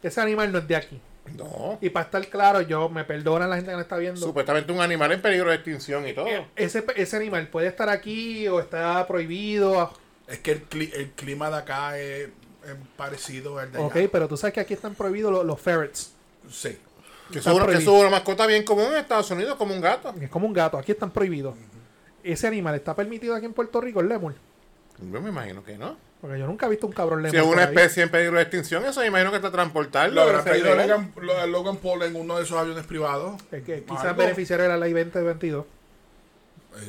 [SPEAKER 2] Ese animal no es de aquí.
[SPEAKER 4] No,
[SPEAKER 2] Y para estar claro, yo me perdona la gente que no está viendo.
[SPEAKER 4] supuestamente un animal
[SPEAKER 3] Eh,
[SPEAKER 4] en peligro de extinción y todo.
[SPEAKER 2] ese, ese animal puede estar aquí o está prohibido.
[SPEAKER 3] Es que el, cli- el clima de acá es, es parecido al de allá.
[SPEAKER 2] Ok, pero tú sabes que aquí están prohibidos los, los ferrets.
[SPEAKER 3] Sí.
[SPEAKER 4] Que
[SPEAKER 2] Está
[SPEAKER 4] eso es una- que
[SPEAKER 2] prohibido.
[SPEAKER 4] eso es una mascota bien común en Estados Unidos, como un gato.
[SPEAKER 2] Es como un gato, aquí están prohibidos. Ese animal está permitido aquí en Puerto Rico, el lemur.
[SPEAKER 4] Yo me imagino que no.
[SPEAKER 2] Porque yo nunca he visto un cabrón lemur.
[SPEAKER 4] Si es una
[SPEAKER 2] por ahí.
[SPEAKER 4] especie en peligro de extinción, eso me imagino que está transportarlo.
[SPEAKER 3] Lo habrá
[SPEAKER 4] pero
[SPEAKER 3] traído
[SPEAKER 4] se-
[SPEAKER 3] Logan, lo- Logan Paul en uno de esos aviones privados.
[SPEAKER 2] Es que quizás
[SPEAKER 3] Algo.
[SPEAKER 2] beneficiario de la ley 2022.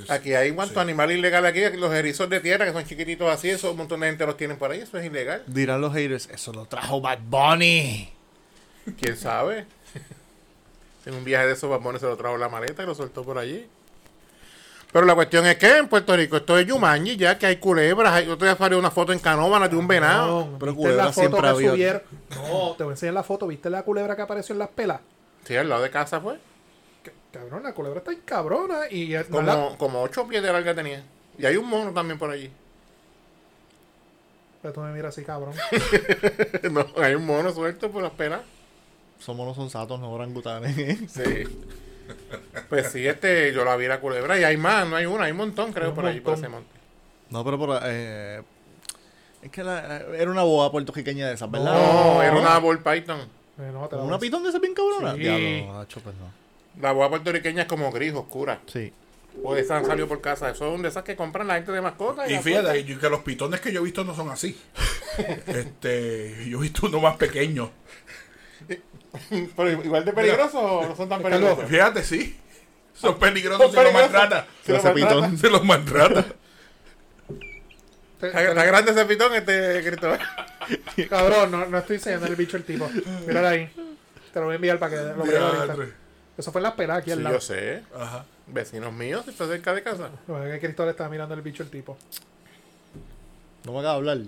[SPEAKER 3] Es-
[SPEAKER 4] Aquí hay cuantos
[SPEAKER 3] Sí.
[SPEAKER 4] animales ilegales aquí, los erizos de tierra que son chiquititos así, eso un montón de gente los tienen por ahí, eso es ilegal.
[SPEAKER 1] Dirán los haters, eso lo trajo Bad Bunny.
[SPEAKER 4] ¿Quién sabe? en un viaje de esos babones se lo trajo en la maleta y lo soltó por allí. Pero la cuestión es que en Puerto Rico esto es Yumanji, ya que hay culebras, hay, yo te haré una foto en Canóvana de un venado.
[SPEAKER 2] No,
[SPEAKER 1] pero
[SPEAKER 2] ¿viste
[SPEAKER 1] culebra
[SPEAKER 2] la foto
[SPEAKER 1] siempre
[SPEAKER 2] que
[SPEAKER 1] había.
[SPEAKER 2] subieron? No, te voy a enseñar la foto. ¿Viste la culebra que apareció en las pelas?
[SPEAKER 4] Sí, al lado de casa fue.
[SPEAKER 2] C- Cabrón, la culebra está en cabrona. Y no
[SPEAKER 4] Como,
[SPEAKER 2] la-
[SPEAKER 4] como ocho pies de larga tenía. Y hay un mono también por allí.
[SPEAKER 2] Pero tú me miras así, cabrón.
[SPEAKER 4] no, hay un mono suelto por las penas.
[SPEAKER 1] Somos los sonsatos, no orangutanes. ¿eh?
[SPEAKER 4] Sí. Pues sí, este, yo la vi la culebra y hay más, no hay una, hay un montón, creo,
[SPEAKER 2] Un
[SPEAKER 4] por allí, por
[SPEAKER 2] montón.
[SPEAKER 4] ese monte.
[SPEAKER 1] No, pero por, eh, es que la- eh, era una boa puertorriqueña de esas, ¿verdad?
[SPEAKER 4] No, era una ball python.
[SPEAKER 2] Eh, no, te la voy a
[SPEAKER 1] ¿Una pitón de esas bien cabrona?
[SPEAKER 2] Sí.
[SPEAKER 1] Diablo, macho, pues no.
[SPEAKER 4] La boa puertorriqueña es como gris, oscura.
[SPEAKER 1] Sí.
[SPEAKER 4] O de esas han salido por casa. Eso es un de esas que compran la gente de mascotas.
[SPEAKER 3] Y
[SPEAKER 4] la
[SPEAKER 3] fíjate,
[SPEAKER 4] sueltan.
[SPEAKER 3] y que los pitones que yo he visto no son así. este, yo he visto uno más pequeño.
[SPEAKER 4] Pero igual de peligrosos o no son tan
[SPEAKER 2] Está
[SPEAKER 4] peligrosos.
[SPEAKER 3] Fíjate, sí. Son peligrosos
[SPEAKER 4] Son
[SPEAKER 3] si los
[SPEAKER 4] peligrosos.
[SPEAKER 3] maltrata.
[SPEAKER 4] Se lo
[SPEAKER 1] Ese
[SPEAKER 4] maltrata.
[SPEAKER 1] pitón.
[SPEAKER 3] Se los maltrata.
[SPEAKER 2] Te-
[SPEAKER 4] Está, está grande ese pitón, este Cristóbal.
[SPEAKER 2] te- Cabrón, no, no estoy enseñando el bicho el tipo. Mírala ahí. Te lo voy a enviar para que lo veas ahorita.
[SPEAKER 3] Diadre.
[SPEAKER 2] Eso fue en las pelas aquí
[SPEAKER 4] Sí,
[SPEAKER 2] al lado.
[SPEAKER 4] yo sé.
[SPEAKER 3] Ajá.
[SPEAKER 4] Vecinos míos, si está cerca de casa.
[SPEAKER 2] Lo que pasa es que Cristóbal estaba mirando el bicho el tipo.
[SPEAKER 1] No me hagas hablar.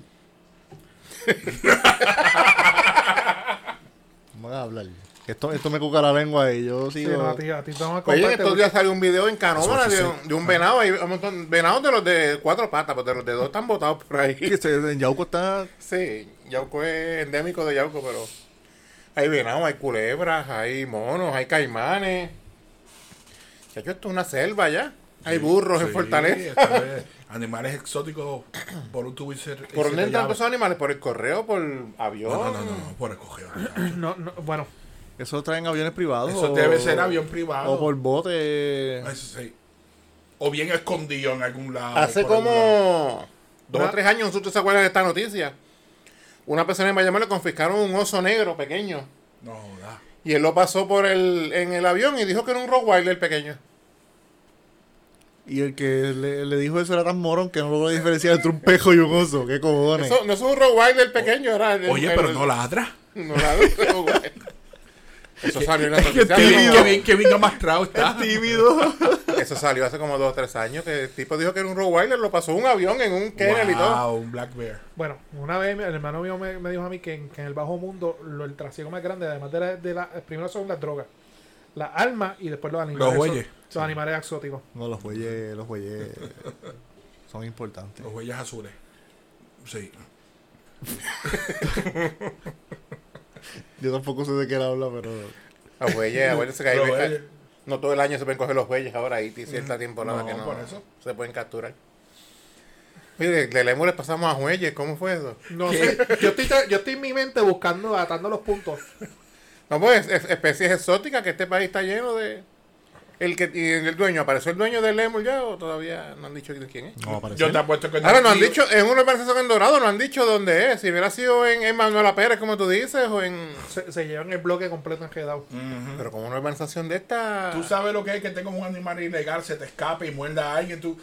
[SPEAKER 1] no me hagas hablar. Esto, esto me cuca la lengua y yo
[SPEAKER 2] Sí,
[SPEAKER 1] sigo.
[SPEAKER 2] no, a ti, a ti te vamos a
[SPEAKER 4] Oye, en
[SPEAKER 2] comprarte
[SPEAKER 4] estos días salió un video en Canómana
[SPEAKER 3] Eso,
[SPEAKER 4] de,
[SPEAKER 3] eso
[SPEAKER 4] un- de un venado. Hay un montón venados de los de cuatro patas, pero de los de dos están botados por ahí.
[SPEAKER 1] Que se- en Yauco está.
[SPEAKER 4] Sí, Yauco es endémico de Yauco, pero hay venado, hay culebras, hay monos, hay caimanes. Ya esto es una selva ya. Hay burros en
[SPEAKER 3] Sí,
[SPEAKER 4] Fortaleza.
[SPEAKER 3] esto es Animales exóticos por un tubo y ser.
[SPEAKER 4] ¿Por dónde entran
[SPEAKER 3] no,
[SPEAKER 4] esos animales? ¿Por el correo? ¿Por avión?
[SPEAKER 3] no, no, no,
[SPEAKER 4] Oh.
[SPEAKER 3] no, por escoger. muchacho.
[SPEAKER 2] No, no, bueno,
[SPEAKER 1] Eso traen aviones privados.
[SPEAKER 3] Eso
[SPEAKER 1] o-
[SPEAKER 3] debe ser avión privado.
[SPEAKER 1] O por bote.
[SPEAKER 3] Eso sí. O bien escondido en algún lado. pues.
[SPEAKER 4] Hace
[SPEAKER 3] por algún lado.
[SPEAKER 4] como dos
[SPEAKER 2] Una-
[SPEAKER 4] o tres años, nosotros se acuerdan de esta noticia. Una persona en Bayamón le confiscaron un oso negro pequeño.
[SPEAKER 3] No, joda.
[SPEAKER 4] Y él lo pasó por el, en el avión y dijo que era un Rottweiler pequeño.
[SPEAKER 1] Y el que le, le dijo eso era tan morón que no logró diferenciar entre un pejo y un oso. Qué cojones.
[SPEAKER 4] Eso, no es un Rottweiler pequeño, era el-
[SPEAKER 3] Oye,
[SPEAKER 4] el-
[SPEAKER 3] pero no ladra.
[SPEAKER 4] No la veo, güey. Eso salió en la
[SPEAKER 1] que
[SPEAKER 4] noticia.
[SPEAKER 3] Qué bien, qué
[SPEAKER 4] como-
[SPEAKER 3] bien, qué bien amastrado está.
[SPEAKER 1] tímido.
[SPEAKER 4] Eso salió hace como dos o tres años que el tipo dijo que era un Rottweiler, lo pasó un avión en un kennel y todo.
[SPEAKER 3] Wow, un black bear.
[SPEAKER 2] bueno, una vez mi- el hermano mío me, me dijo a mí que en, que en el bajo mundo lo, el trasiego más grande, además de la, de la- primero son las drogas, las armas y después los animales.
[SPEAKER 3] Los bueyes.
[SPEAKER 2] exo- Los animales exóticos.
[SPEAKER 1] No, los bueyes, los bueyes son importantes.
[SPEAKER 3] Los huellas azules. Sí.
[SPEAKER 1] Yo tampoco sé de qué él habla, pero.
[SPEAKER 4] A bueyes, a bueyes se caen.
[SPEAKER 3] Los bueyes.
[SPEAKER 4] No todo el año se pueden coger los bueyes ahora y cierta temporada
[SPEAKER 3] Mm. no,
[SPEAKER 4] que no
[SPEAKER 3] por eso.
[SPEAKER 4] se pueden capturar. Mire, de Lemur le pasamos a bueyes, ¿cómo fue eso?
[SPEAKER 2] No sé, yo estoy, tra- yo estoy en mi mente buscando, atando los puntos.
[SPEAKER 4] No, pues es- especies exóticas que este país está lleno de. El que y el dueño, ¿apareció el dueño del Lemur ya o todavía no han dicho quién es?
[SPEAKER 1] No aparece.
[SPEAKER 3] Yo te apuesto que
[SPEAKER 4] Ahora Ah, no han dicho, en una organización en Dorado no han dicho dónde es. Si hubiera sido en, en Manuela Pérez, como tú dices, o en.
[SPEAKER 2] Se, se llevan el bloque completo en Hedao.
[SPEAKER 3] Ujú.
[SPEAKER 4] Pero como una organización de esta.
[SPEAKER 3] Tú sabes lo que es que tengas un animal ilegal, se te escape y muerda a alguien, tú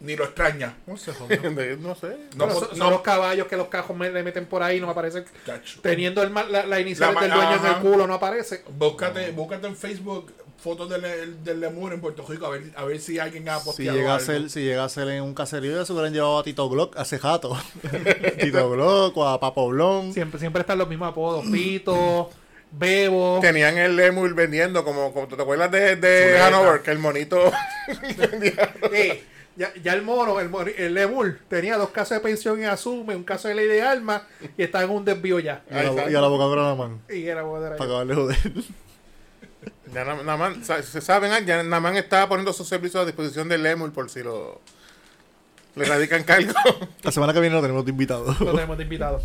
[SPEAKER 3] ni lo extrañas.
[SPEAKER 2] No sé, joder.
[SPEAKER 4] de- no sé.
[SPEAKER 3] No,
[SPEAKER 2] Pero
[SPEAKER 3] po-
[SPEAKER 2] son, son
[SPEAKER 3] no,
[SPEAKER 2] los caballos que los cajos me- le meten por ahí, no me aparece.
[SPEAKER 3] Chacho.
[SPEAKER 2] Teniendo el, ma- la, la inicial
[SPEAKER 3] La ma-
[SPEAKER 2] del dueño en el
[SPEAKER 3] ajá.
[SPEAKER 2] culo, no aparece.
[SPEAKER 3] Búscate, búscate en Facebook fotos del, del lemur en Puerto Rico a ver, a ver si alguien ha
[SPEAKER 1] Si
[SPEAKER 3] posteado
[SPEAKER 1] llega, a
[SPEAKER 3] algo.
[SPEAKER 1] ser, si llega a ser en un caserío, ya se hubieran llevado a Tito Glock hace jato. Tito Glock o a Papo Blon.
[SPEAKER 2] Siempre, siempre están los mismos apodos: Pito, Bebo.
[SPEAKER 4] Tenían el Lemur vendiendo, como, como tú te acuerdas de, de
[SPEAKER 3] Chuleta.
[SPEAKER 4] Hanover, que el monito.
[SPEAKER 2] Eh, ya, ya el mono, el, moni- el Lemur, tenía dos casos de pensión en Asume, un caso de ley de armas y está en un desvío ya.
[SPEAKER 1] Y a la- y a la boca Granaman.
[SPEAKER 2] Y era bueno, era
[SPEAKER 1] Para
[SPEAKER 2] yo.
[SPEAKER 1] acabarle de joder.
[SPEAKER 4] ya Na- Naman, sa- se saben, ah, ya Naman estaba poniendo sus servicios a disposición del Lemur por si lo. le radican cargo.
[SPEAKER 1] La semana que viene lo tenemos de invitado.
[SPEAKER 2] Lo tenemos de invitados.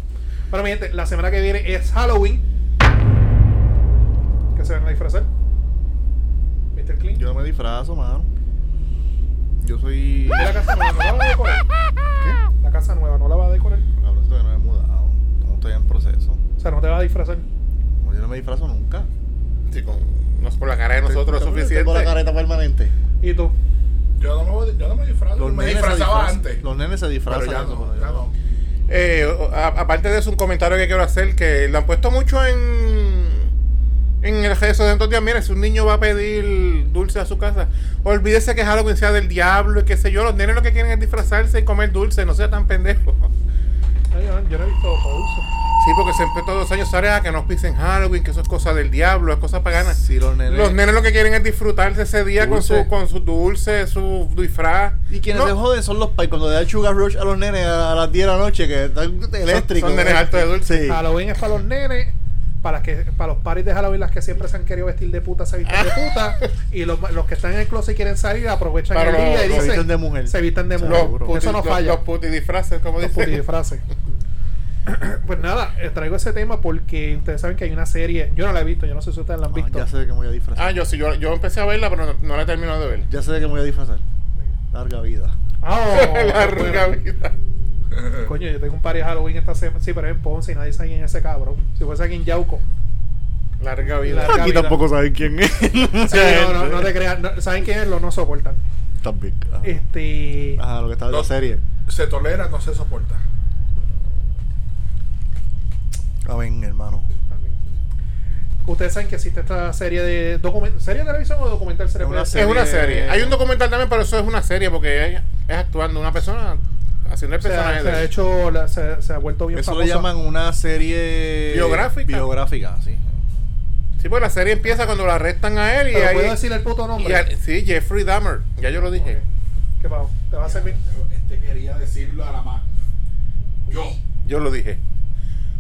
[SPEAKER 2] Bueno, mi gente, la semana que viene es Halloween. ¿Qué se van a disfrazar? Mr. Clean.
[SPEAKER 1] Yo no me disfrazo, mano. Yo soy.
[SPEAKER 2] la casa nueva no la va a decorar. La casa nueva no la va a decorar.
[SPEAKER 1] Cabrón, todavía no me he mudado. Estamos todavía en proceso.
[SPEAKER 2] O sea, no te va a disfrazar.
[SPEAKER 1] Como yo no me disfrazo nunca.
[SPEAKER 4] Sí, con, no es por la cara de nosotros es
[SPEAKER 1] Cabrón,
[SPEAKER 4] suficiente.
[SPEAKER 1] Tengo la careta permanente.
[SPEAKER 2] ¿Y tú?
[SPEAKER 3] Yo no me, voy- yo no me disfrazo. me
[SPEAKER 1] nenes se
[SPEAKER 3] disfrazaba
[SPEAKER 1] disfrazan-
[SPEAKER 3] antes.
[SPEAKER 1] Los nenes se disfrazan.
[SPEAKER 3] pero ya
[SPEAKER 1] eso,
[SPEAKER 3] no,
[SPEAKER 1] pero yo
[SPEAKER 3] ya
[SPEAKER 1] no.
[SPEAKER 3] no.
[SPEAKER 4] Eh, o- a- aparte de eso, un comentario que quiero hacer que lo han puesto mucho en en el redes sociales estos días. Mira, si un niño va a pedir dulce a su casa, olvídese que Halloween sea del diablo y qué sé yo. Los nenes lo que quieren es disfrazarse y comer dulce, no sea tan pendejo.
[SPEAKER 2] Ay, yo, no- yo no he visto pausa.
[SPEAKER 4] Sí, porque siempre todos los años sale a que nos pisen Halloween, que eso es cosa del diablo, es cosa pagana.
[SPEAKER 1] Sí, los nenes.
[SPEAKER 4] Los nenes lo que quieren es disfrutarse ese día con
[SPEAKER 1] Dulce.
[SPEAKER 4] su, con su dulce, su disfraz.
[SPEAKER 1] Y quienes
[SPEAKER 4] No,
[SPEAKER 1] se joden son los pais. Cuando le dan sugar rush a los nenes a las 10 de la noche, que están eléctricos.
[SPEAKER 4] son nenes altos de dulce.
[SPEAKER 1] Sí.
[SPEAKER 2] Halloween es para los nenes, para, las que, para los paris de Halloween, las que siempre se han querido vestir de puta, se visten
[SPEAKER 1] Ah.
[SPEAKER 2] de puta. Y los, los que están en el closet y quieren salir, aprovechan
[SPEAKER 4] Para
[SPEAKER 2] el
[SPEAKER 4] los-
[SPEAKER 2] día y
[SPEAKER 4] los-
[SPEAKER 2] dicen.
[SPEAKER 1] se visten de mujer.
[SPEAKER 2] Se visten de mujer.
[SPEAKER 4] Los puti,
[SPEAKER 2] Eso no
[SPEAKER 4] los-
[SPEAKER 2] falla.
[SPEAKER 4] los puti disfraces, como
[SPEAKER 2] Los
[SPEAKER 4] dicen.
[SPEAKER 2] putidisfraces. pues nada, eh, traigo ese tema porque ustedes saben que hay una serie. Yo no la he visto, yo no sé si ustedes la han
[SPEAKER 1] Ah,
[SPEAKER 2] visto.
[SPEAKER 1] ya sé de qué me voy a disfrazar.
[SPEAKER 4] Ah, yo sí, yo, yo empecé a verla, pero no, no la he terminado de ver.
[SPEAKER 1] Ya sé de qué me voy a disfrazar. Larga vida.
[SPEAKER 2] Ah, oh,
[SPEAKER 4] la
[SPEAKER 2] bueno.
[SPEAKER 4] larga vida.
[SPEAKER 2] Coño, yo tengo un party de Halloween esta semana. Sí, pero es en Ponce y nadie sabe quién es ese cabrón. Si fuese aquí en Yauco.
[SPEAKER 4] Larga vida.
[SPEAKER 2] Larga
[SPEAKER 1] Aquí
[SPEAKER 2] vida.
[SPEAKER 1] tampoco saben quién es.
[SPEAKER 2] Sí, no, no, no te creas. no- ¿Saben quién es? Lo no soportan.
[SPEAKER 1] También. Ah.
[SPEAKER 2] Este.
[SPEAKER 1] Ajá, lo que estaba en la
[SPEAKER 3] Los-
[SPEAKER 1] serie.
[SPEAKER 3] Se tolera, no se soporta.
[SPEAKER 1] Amén, hermano.
[SPEAKER 2] también. Ustedes saben que existe esta serie de documental. ¿Serie Eh, de televisión o documental? Se le
[SPEAKER 1] Es una
[SPEAKER 2] puede decir?
[SPEAKER 4] es una
[SPEAKER 1] serie-
[SPEAKER 4] serie. Hay un documental también, pero eso es una serie porque ella es actuando una persona, haciendo el
[SPEAKER 2] Se ha-
[SPEAKER 4] personaje
[SPEAKER 2] se ha
[SPEAKER 4] de
[SPEAKER 2] hecho, la- se, se ha vuelto bien
[SPEAKER 1] Eso lo
[SPEAKER 2] famosa.
[SPEAKER 1] llaman una serie.
[SPEAKER 4] Biográfica.
[SPEAKER 1] Biográfica, sí.
[SPEAKER 4] Sí, pues la serie empieza cuando lo arrestan a él y
[SPEAKER 2] Pero
[SPEAKER 4] ahí.
[SPEAKER 2] puedo decir el puto nombre.
[SPEAKER 4] y al- sí, Jeffrey Dahmer. Ya yo lo dije.
[SPEAKER 2] Ok. ¿Qué pavo? ¿Te va a servir?
[SPEAKER 3] Este quería decirlo a la más. Yo.
[SPEAKER 4] Yo lo dije.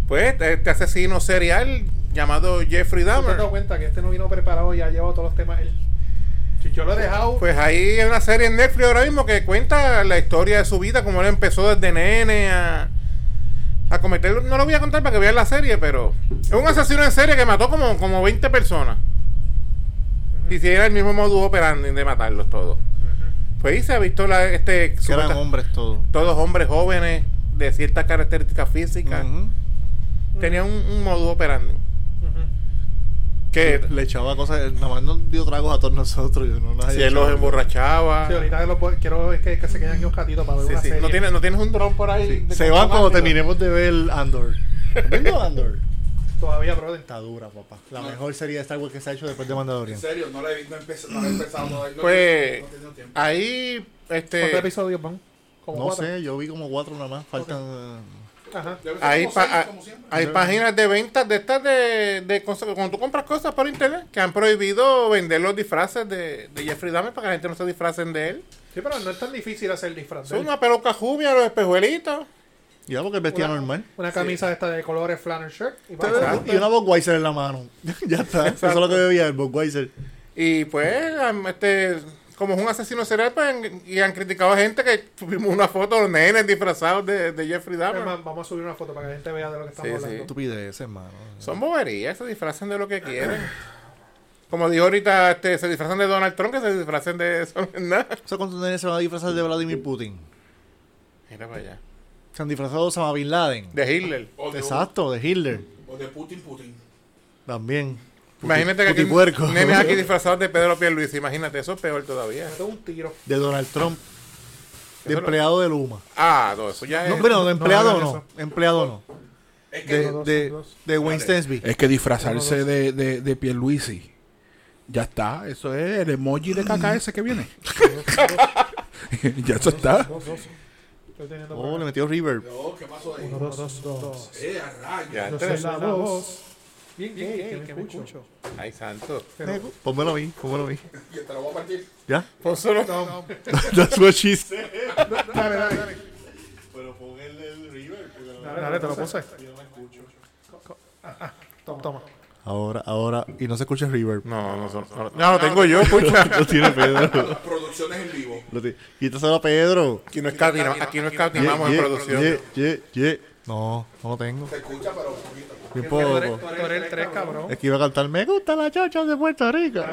[SPEAKER 4] Pues este asesino serial llamado Jeffrey
[SPEAKER 2] ¿Tú te has
[SPEAKER 4] Dahmer.
[SPEAKER 2] dado cuenta que este no vino preparado y ya lleva todos los temas él? Si Yo lo he dejado.
[SPEAKER 4] Pues ahí hay una serie en Netflix ahora mismo que cuenta la historia de su vida, como él empezó desde nene a, a cometer. No lo voy a contar para que vean la serie, pero es un asesino en serie que mató como, como 20 personas.
[SPEAKER 2] Ujú.
[SPEAKER 4] Y si era el mismo modus operandi de matarlos todos.
[SPEAKER 2] Ujú.
[SPEAKER 4] Pues ahí se ha visto la,
[SPEAKER 1] Que
[SPEAKER 4] este,
[SPEAKER 1] eran
[SPEAKER 4] supuesta-
[SPEAKER 1] hombres todos.
[SPEAKER 4] todos hombres jóvenes de ciertas características físicas.
[SPEAKER 1] Ujú.
[SPEAKER 4] Tenían un, un modus operandi.
[SPEAKER 2] Ujú. Eh,
[SPEAKER 4] Que
[SPEAKER 1] Le echaba cosas. Nada más nos dio tragos a todos nosotros. Yo no nadie
[SPEAKER 4] si él los
[SPEAKER 1] echaba.
[SPEAKER 4] emborrachaba.
[SPEAKER 2] Sí, ahorita lo puedo- quiero que, que se queden aquí un ratito para ver
[SPEAKER 4] Sí,
[SPEAKER 2] una
[SPEAKER 4] sí.
[SPEAKER 2] serie.
[SPEAKER 4] ¿No, tienes, no tienes un dron por ahí.
[SPEAKER 1] Sí.
[SPEAKER 4] de
[SPEAKER 1] Se
[SPEAKER 4] Coco
[SPEAKER 1] van cuando
[SPEAKER 4] Mágico?
[SPEAKER 1] terminemos de ver Andor. ¿Viendo Andor?
[SPEAKER 2] Todavía, brother.
[SPEAKER 1] Está dura, papá. La
[SPEAKER 3] No.
[SPEAKER 1] mejor serie de Star Wars que se ha hecho después de
[SPEAKER 3] En
[SPEAKER 1] Mandalorian.
[SPEAKER 3] serio, no la he, no he empezado.
[SPEAKER 5] Mm.
[SPEAKER 3] No la he empezado todavía, no,
[SPEAKER 4] Pues
[SPEAKER 3] no he tenido tiempo.
[SPEAKER 4] ahí, este,
[SPEAKER 2] ¿Cuántos episodios van? Como
[SPEAKER 1] No
[SPEAKER 2] cuatro.
[SPEAKER 1] sé, yo vi como cuatro nada más. Faltan.
[SPEAKER 2] Ajá.
[SPEAKER 3] Debe ser
[SPEAKER 4] hay,
[SPEAKER 3] como
[SPEAKER 4] pa-
[SPEAKER 3] seis,
[SPEAKER 4] hay-
[SPEAKER 3] como siempre.
[SPEAKER 4] hay páginas de ventas de estas de, de cosas, cuando tú compras cosas por internet, que han prohibido vender los disfraces de, de Jeffrey Dahmer para que la gente no se disfracen de él.
[SPEAKER 2] Sí, pero no es tan difícil hacer disfraz. de
[SPEAKER 4] Son
[SPEAKER 2] él.
[SPEAKER 4] una peluca jubia, los espejuelitos.
[SPEAKER 1] Ya, porque vestía
[SPEAKER 2] Una-
[SPEAKER 1] normal.
[SPEAKER 2] Una camisa esta de colores flannel shirt. Y
[SPEAKER 1] Te
[SPEAKER 2] vamos.
[SPEAKER 1] veo- Y una Budweiser en la mano. ya está. Eso es lo que bebía el Budweiser.
[SPEAKER 4] Y pues, am- este, como es un asesino serial, pues, han- y han criticado a gente que tuvimos una foto de los nenes disfrazados de, de Jeffrey
[SPEAKER 2] Es
[SPEAKER 4] Dahmer.
[SPEAKER 2] más, Vamos a subir una foto para que la gente vea de lo que estamos
[SPEAKER 4] Sí, sí.
[SPEAKER 2] hablando.
[SPEAKER 1] Estupideces, hermano.
[SPEAKER 4] Son boberías, se disfrazan de lo que quieren. Como dijo ahorita, este, se disfrazan de Donald Trump, que se disfrazan de eso, ¿verdad?
[SPEAKER 1] Eso cuando nenes se van a disfrazar de Vladimir Putin.
[SPEAKER 4] Mira para allá.
[SPEAKER 1] Se han disfrazado de Osama Bin Laden.
[SPEAKER 4] De Hitler.
[SPEAKER 3] O de-
[SPEAKER 1] Exacto, de Hitler.
[SPEAKER 3] O de Putin, Putin.
[SPEAKER 1] También.
[SPEAKER 4] Imagínate que
[SPEAKER 1] putipuerco.
[SPEAKER 4] aquí, nenes aquí disfrazados de Pedro Pierluisi. Imagínate, eso es peor todavía.
[SPEAKER 2] Me tengo un tiro.
[SPEAKER 1] De Donald Trump. De
[SPEAKER 4] Eso no-
[SPEAKER 1] empleado de Luma.
[SPEAKER 4] Ah, no, eso ya es.
[SPEAKER 1] No, bueno, de empleado
[SPEAKER 2] hagan
[SPEAKER 1] no.
[SPEAKER 2] eso.
[SPEAKER 1] Empleado no.
[SPEAKER 3] Es que
[SPEAKER 1] De,
[SPEAKER 2] dos,
[SPEAKER 1] de,
[SPEAKER 2] dos.
[SPEAKER 1] de Wayne Stensby.
[SPEAKER 3] Eh.
[SPEAKER 5] Es que disfrazarse de, de, de Pierluisi. Ya está. Eso es el emoji de caca ese que viene. ya eso está.
[SPEAKER 2] Dos, dos. Estoy teniendo
[SPEAKER 1] Oh, le
[SPEAKER 2] problemas.
[SPEAKER 1] metió River.
[SPEAKER 3] No, ¿qué pasó ahí?
[SPEAKER 2] Uno, dos, dos, dos.
[SPEAKER 3] Eh, a rayos.
[SPEAKER 4] Ya,
[SPEAKER 2] Yo soy
[SPEAKER 4] tres.
[SPEAKER 2] la voz. Bien, bien, bien, que me escucho.
[SPEAKER 4] Ay, santo.
[SPEAKER 1] Pónmelo a mí, pónmelo a mí.
[SPEAKER 3] Y te lo voy a partir.
[SPEAKER 1] ¿Ya?
[SPEAKER 4] Por solo.
[SPEAKER 1] That's what she said.
[SPEAKER 2] Dale, dale, dale.
[SPEAKER 1] Pero pon el, River.
[SPEAKER 2] Dale, te lo puse. Ah, Toma, Toma.
[SPEAKER 1] Ahora, ahora. Y no se escucha reverb.
[SPEAKER 4] No, no, no, no, no, lo tengo yo, escucha.
[SPEAKER 1] Lo tiene Pedro.
[SPEAKER 3] Producciones en vivo.
[SPEAKER 1] Lo tiene- Quítaselo a Pedro.
[SPEAKER 4] Aquí no escatimamos, aquí no escatimamos en
[SPEAKER 1] Ye,
[SPEAKER 4] producción.
[SPEAKER 1] ye, ye, ye. No, no lo tengo.
[SPEAKER 3] Se escucha, pero un poquito.
[SPEAKER 1] Bien
[SPEAKER 2] Tú eres,
[SPEAKER 1] poco.
[SPEAKER 2] tú eres el 3, cabrón.
[SPEAKER 1] Es que iba a cantar, me gusta la chacha de Puerto Rico.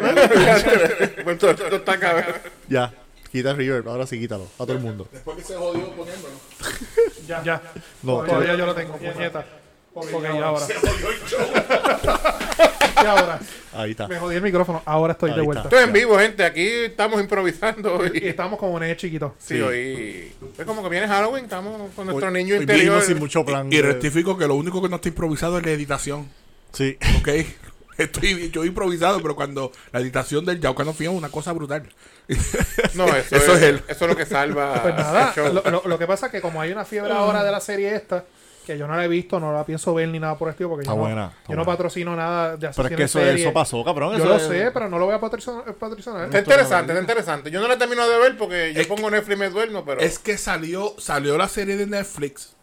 [SPEAKER 4] Puerto Rico está cabrón.
[SPEAKER 1] ya, quita reverb. Ahora sí, quítalo. A todo el mundo.
[SPEAKER 3] Después que se jodió poniéndolo.
[SPEAKER 2] Ya.
[SPEAKER 1] No,
[SPEAKER 2] Todavía yo lo tengo, puñeta. Porque ya ahora.
[SPEAKER 3] Jodió el show.
[SPEAKER 2] Y ahora.
[SPEAKER 1] ahí está.
[SPEAKER 2] Me jodí el micrófono. Ahora estoy
[SPEAKER 1] Ahí
[SPEAKER 2] de
[SPEAKER 1] está.
[SPEAKER 2] vuelta.
[SPEAKER 4] Esto es en vivo, gente. Aquí estamos improvisando.
[SPEAKER 2] Y
[SPEAKER 4] Y,
[SPEAKER 2] estamos como nenes chiquitos.
[SPEAKER 4] sí, hoy. Es como que viene Halloween, estamos con nuestro
[SPEAKER 1] Hoy-
[SPEAKER 4] niño
[SPEAKER 1] hoy
[SPEAKER 4] interior.
[SPEAKER 1] vino sin mucho plan.
[SPEAKER 3] Y
[SPEAKER 1] de-
[SPEAKER 3] rectifico que lo único que no está improvisado es la editación.
[SPEAKER 1] Sí.
[SPEAKER 3] ¿Ok? Estoy, yo he improvisado, pero cuando la editación del Yaucano Fío es una cosa brutal.
[SPEAKER 4] No, eso,
[SPEAKER 3] Eso es
[SPEAKER 4] es,
[SPEAKER 3] él.
[SPEAKER 4] Eso es lo que salva.
[SPEAKER 1] Ah,
[SPEAKER 2] Pues nada,
[SPEAKER 4] el show.
[SPEAKER 2] lo, lo- lo que pasa es que como hay una fiebre ahora de la serie esta, que yo no la he visto, no la pienso ver ni nada por el estilo, porque
[SPEAKER 1] Está
[SPEAKER 2] yo, no-
[SPEAKER 1] buena,
[SPEAKER 2] yo
[SPEAKER 1] está
[SPEAKER 2] no,
[SPEAKER 1] buena.
[SPEAKER 2] patrocino nada de
[SPEAKER 1] Pero es que eso,
[SPEAKER 2] series.
[SPEAKER 1] eso pasó, cabrón.
[SPEAKER 2] Yo
[SPEAKER 1] eso
[SPEAKER 2] lo
[SPEAKER 1] es-
[SPEAKER 2] sé, pero no lo voy a patrocinar. patrocinar.
[SPEAKER 4] Está interesante, está interesante. Yo no la termino de ver porque yo pongo Netflix y me duermo, pero.
[SPEAKER 3] Es que salió, salió la serie de Netflix,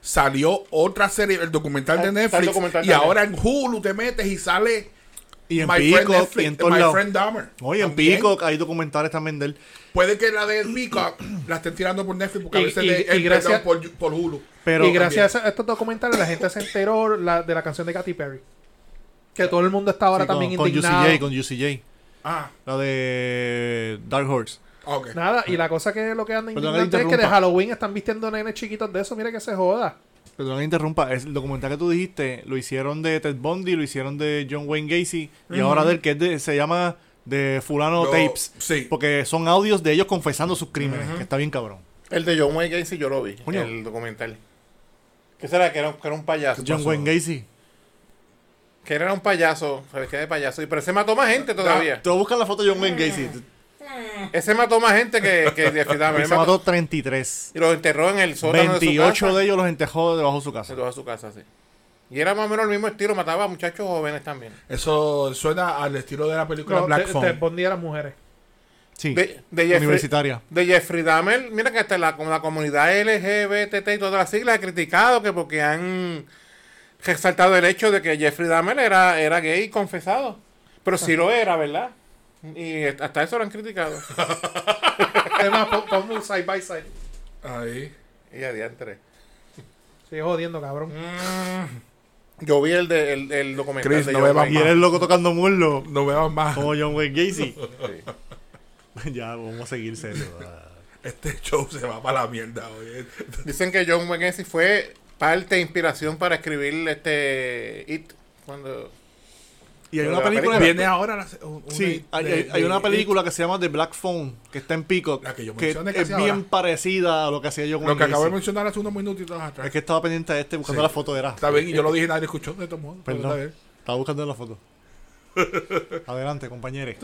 [SPEAKER 3] salió otra serie, el documental
[SPEAKER 4] Ah,
[SPEAKER 3] de
[SPEAKER 4] está el
[SPEAKER 3] Netflix,
[SPEAKER 4] documental
[SPEAKER 3] y
[SPEAKER 4] también.
[SPEAKER 3] ahora en Hulu te metes y sale
[SPEAKER 1] Y en
[SPEAKER 3] My Friend
[SPEAKER 1] Peacock,
[SPEAKER 3] Netflix,
[SPEAKER 1] y en todos
[SPEAKER 3] My
[SPEAKER 1] lados.
[SPEAKER 3] Friend Dahmer.
[SPEAKER 1] Oye, en
[SPEAKER 3] También.
[SPEAKER 1] Peacock hay documentales también de él.
[SPEAKER 3] Puede que la de Peacock la estén tirando por Netflix porque
[SPEAKER 2] Y-
[SPEAKER 3] a veces
[SPEAKER 2] y-
[SPEAKER 3] le-
[SPEAKER 2] y
[SPEAKER 3] eh, perdón,
[SPEAKER 2] gracias-
[SPEAKER 3] por, por Hulu.
[SPEAKER 1] Pero
[SPEAKER 2] y gracias a estos documentales la gente se enteró la- de la canción de Katy Perry. Que todo el mundo está ahora
[SPEAKER 1] Sí, con,
[SPEAKER 2] también
[SPEAKER 1] con
[SPEAKER 2] indignado.
[SPEAKER 1] UCJ, con UCJ.
[SPEAKER 3] Ah,
[SPEAKER 1] La de Dark Horse.
[SPEAKER 3] ah, ok.
[SPEAKER 2] Nada, y la cosa que lo que anda
[SPEAKER 1] Perdón que
[SPEAKER 2] indignante es que de
[SPEAKER 1] interrumpa.
[SPEAKER 2] Halloween están vistiendo nenes chiquitos de eso, mira que se joda.
[SPEAKER 1] Perdón que interrumpa, es el documental que tú dijiste, lo hicieron de Ted Bundy, lo hicieron de John Wayne Gacy, y ahora del que es de- se llama de Fulano
[SPEAKER 3] Lo-
[SPEAKER 1] Tapes.
[SPEAKER 3] sí.
[SPEAKER 1] Porque son audios de ellos confesando sus crímenes, que está bien cabrón.
[SPEAKER 4] El de John Wayne Gacy yo lo vi,
[SPEAKER 1] Coño.
[SPEAKER 4] el documental. ¿Qué será? Que era, un- que era un payaso.
[SPEAKER 1] John Wayne Gacy.
[SPEAKER 4] Que era un payaso, se vestía de payaso. Y- Pero ese mató más gente todavía.
[SPEAKER 1] Te voy a buscar la foto de John Wayne Gacy.
[SPEAKER 4] Ese mató más gente que, que Jeffrey Dahmer.
[SPEAKER 1] Y
[SPEAKER 4] Él
[SPEAKER 1] se
[SPEAKER 4] mató-
[SPEAKER 1] mató 33.
[SPEAKER 4] Y los enterró en el sótano de su
[SPEAKER 1] 28
[SPEAKER 4] casa.
[SPEAKER 1] de ellos los entejó debajo de su
[SPEAKER 4] Se
[SPEAKER 1] casa.
[SPEAKER 4] los a su casa, sí. Y era más o menos el mismo estilo, mataba a muchachos jóvenes también.
[SPEAKER 3] Eso suena al estilo de la película
[SPEAKER 2] No,
[SPEAKER 3] Black
[SPEAKER 2] te,
[SPEAKER 3] Phone.
[SPEAKER 2] te respondí a las mujeres.
[SPEAKER 1] Sí.
[SPEAKER 4] De, de Jeffrey,
[SPEAKER 1] Universitaria.
[SPEAKER 4] de Jeffrey Dahmer, mira que hasta la, como la comunidad LGBT y todas las siglas ha criticado que porque han resaltado el hecho de que Jeffrey Dahmer era, era gay confesado. Pero sí lo era, ¿verdad? Y hasta eso lo han criticado.
[SPEAKER 2] Es más, pon- ponme un side by side.
[SPEAKER 3] Ahí.
[SPEAKER 4] y adiantre.
[SPEAKER 2] Sigue jodiendo, cabrón.
[SPEAKER 4] Yo vi el, de, el, el documental
[SPEAKER 3] Chris,
[SPEAKER 4] de
[SPEAKER 3] no
[SPEAKER 4] John
[SPEAKER 3] bebas
[SPEAKER 1] Y
[SPEAKER 4] Wayne.
[SPEAKER 1] él es loco tocando muslo,
[SPEAKER 3] No veo más.
[SPEAKER 1] como John Wayne Gacy. ya, vamos a seguir serio. ¿verdad?
[SPEAKER 3] Este show se va para la mierda, oye.
[SPEAKER 4] Dicen que John Wayne Gacy fue parte e inspiración para escribir este It. Cuando...
[SPEAKER 1] Y hay
[SPEAKER 4] Pero
[SPEAKER 1] una
[SPEAKER 4] la
[SPEAKER 1] película.
[SPEAKER 3] Viene ahora la, se- un-
[SPEAKER 1] Sí,
[SPEAKER 3] una-
[SPEAKER 1] hay,
[SPEAKER 3] de-
[SPEAKER 1] hay- hay
[SPEAKER 3] de-
[SPEAKER 1] una película que se llama The Black Phone, que está en Peacock,
[SPEAKER 3] La que yo
[SPEAKER 1] es
[SPEAKER 3] mencioné casi
[SPEAKER 1] bien
[SPEAKER 3] ahora.
[SPEAKER 1] parecida a lo que hacía yo con
[SPEAKER 3] Lo que
[SPEAKER 1] Gacy.
[SPEAKER 3] acabo de mencionar hace unos minutitos atrás.
[SPEAKER 1] Es que estaba pendiente de este buscando
[SPEAKER 3] Sí.
[SPEAKER 1] la foto, era.
[SPEAKER 3] Está bien, y yo lo dije, nadie escuchó, de todos modos. pero
[SPEAKER 1] Perdón.
[SPEAKER 3] está bien.
[SPEAKER 1] Estaba buscando la foto. Adelante, compañeros.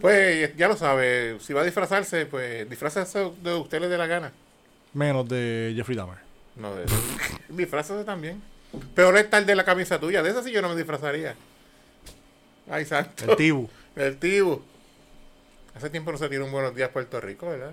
[SPEAKER 4] Pues ya lo sabe, si va a disfrazarse, pues disfrácese de usted le dé la gana.
[SPEAKER 1] Menos de Jeffrey Dahmer.
[SPEAKER 4] No de Disfrázate también. Peor es tal de la camisa tuya, de esa sí yo no me disfrazaría. Ay, santo.
[SPEAKER 1] El Tibu.
[SPEAKER 4] El tibu. Hace tiempo no se tira un buenos días Puerto Rico, ¿verdad?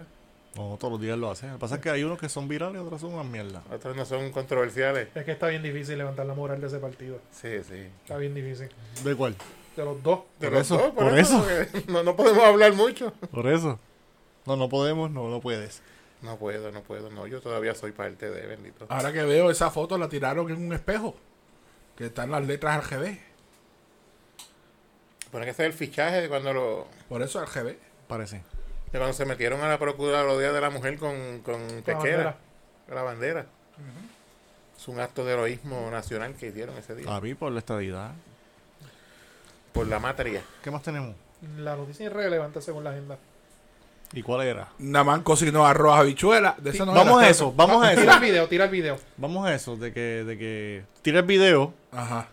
[SPEAKER 1] No, todos los días lo hacen. Lo que pasa es que hay unos que son virales y otros son una mierda.
[SPEAKER 4] Otros no son controversiales.
[SPEAKER 2] Es que está bien difícil levantar la moral de ese partido.
[SPEAKER 4] Sí, sí.
[SPEAKER 2] Está bien difícil.
[SPEAKER 1] ¿De cuál?
[SPEAKER 2] De los dos.
[SPEAKER 4] De
[SPEAKER 1] Por
[SPEAKER 4] los
[SPEAKER 1] eso,
[SPEAKER 4] dos, por,
[SPEAKER 1] por
[SPEAKER 4] eso. porque No, no podemos hablar mucho.
[SPEAKER 1] Por eso. No, no podemos, no, no puedes.
[SPEAKER 4] No puedo, no puedo, no. Yo todavía soy parte de, bendito.
[SPEAKER 3] Ahora que veo esa foto, la tiraron en un espejo. Que están las letras RGB.
[SPEAKER 4] Pone que hacer el fichaje de cuando lo...
[SPEAKER 3] Por eso RGB.
[SPEAKER 1] Parece.
[SPEAKER 4] De cuando se metieron a la Procuraduría de la Mujer con, con
[SPEAKER 2] La
[SPEAKER 4] Pesquera,
[SPEAKER 2] bandera.
[SPEAKER 4] la bandera. Es un acto de heroísmo nacional que hicieron ese día.
[SPEAKER 1] A mí por la estadidad.
[SPEAKER 4] Por la materia.
[SPEAKER 1] ¿Qué más tenemos?
[SPEAKER 2] La noticia irrelevante según la agenda.
[SPEAKER 1] ¿Y cuál era?
[SPEAKER 3] Namán cocinó arroz habichuela. De esa no
[SPEAKER 1] Vamos
[SPEAKER 3] era.
[SPEAKER 1] a eso, vamos a eso.
[SPEAKER 2] Tira el video, tira el video.
[SPEAKER 1] Vamos a eso, de que, de que tira el video.
[SPEAKER 3] Ajá.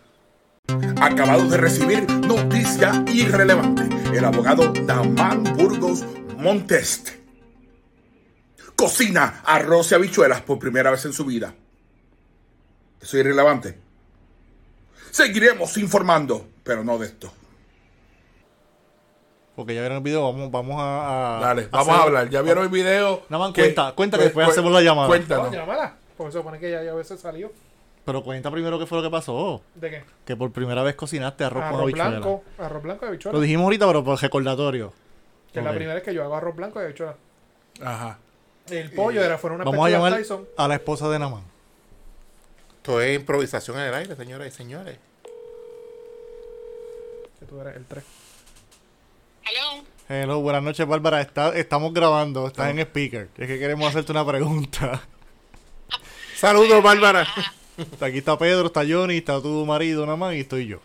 [SPEAKER 3] Acabado de recibir noticia irrelevante. El abogado Damán Burgos Montest cocina arroz y habichuelas por primera vez en su vida. Eso es irrelevante. Seguiremos informando, pero no de esto.
[SPEAKER 1] Porque ya vieron el video, vamos, vamos a, a-
[SPEAKER 3] Dale, vamos a
[SPEAKER 1] hacer-
[SPEAKER 3] hablar. Ya vieron el video.
[SPEAKER 1] Nada más
[SPEAKER 3] Que-
[SPEAKER 1] cuenta, cuenta que después hacemos la llamada.
[SPEAKER 3] Cuéntanos.
[SPEAKER 2] No, llámala. Porque se supone que ya, ya a veces salió.
[SPEAKER 1] Ah, Pero cuenta primero qué fue lo que pasó.
[SPEAKER 2] ¿De qué?
[SPEAKER 1] Que por primera vez cocinaste arroz, con
[SPEAKER 2] Arroz
[SPEAKER 1] habichuela.
[SPEAKER 2] blanco, arroz blanco y habichuela.
[SPEAKER 1] Lo dijimos ahorita, pero por recordatorio.
[SPEAKER 2] Que la
[SPEAKER 1] Ok.
[SPEAKER 2] primera vez que yo hago arroz blanco y habichuela.
[SPEAKER 5] Ajá.
[SPEAKER 2] El pollo era fuera una
[SPEAKER 1] Vamos a
[SPEAKER 2] pechuga
[SPEAKER 1] llamar
[SPEAKER 2] Tyson.
[SPEAKER 1] a la esposa de Namán.
[SPEAKER 4] Esto es improvisación en el aire, señoras y señores.
[SPEAKER 2] Que tú eres el 3.
[SPEAKER 6] Hello.
[SPEAKER 1] Hello, buenas noches, Bárbara. Está- estamos grabando, estás
[SPEAKER 3] Oh.
[SPEAKER 1] en speaker. Es que queremos hacerte una pregunta.
[SPEAKER 4] Saludos, Bárbara.
[SPEAKER 1] Aquí está Pedro, está Johnny, está tu marido, Namán, y estoy yo.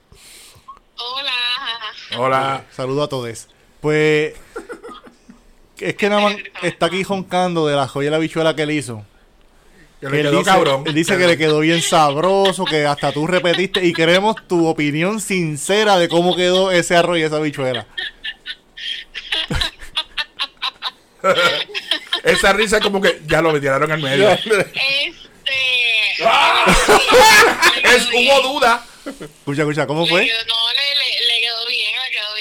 [SPEAKER 6] Hola.
[SPEAKER 3] Hola.
[SPEAKER 1] Saludo a todos. Pues es que nada más está aquí joncando de la joya y la bichuela que él hizo.
[SPEAKER 3] Que
[SPEAKER 1] Que
[SPEAKER 3] le
[SPEAKER 1] él
[SPEAKER 3] quedó
[SPEAKER 1] dice,
[SPEAKER 3] cabrón.
[SPEAKER 1] él dice que le quedó bien sabroso, que hasta tú repetiste y queremos tu opinión sincera de cómo quedó ese arroz y esa bichuela.
[SPEAKER 3] Esa risa es como que ya lo metieron al medio.
[SPEAKER 6] Este.
[SPEAKER 3] es, hubo duda.
[SPEAKER 1] Escucha, escucha, ¿cómo
[SPEAKER 6] Le
[SPEAKER 1] fue?
[SPEAKER 6] quedó- no, le, le, le quedó bien, le quedó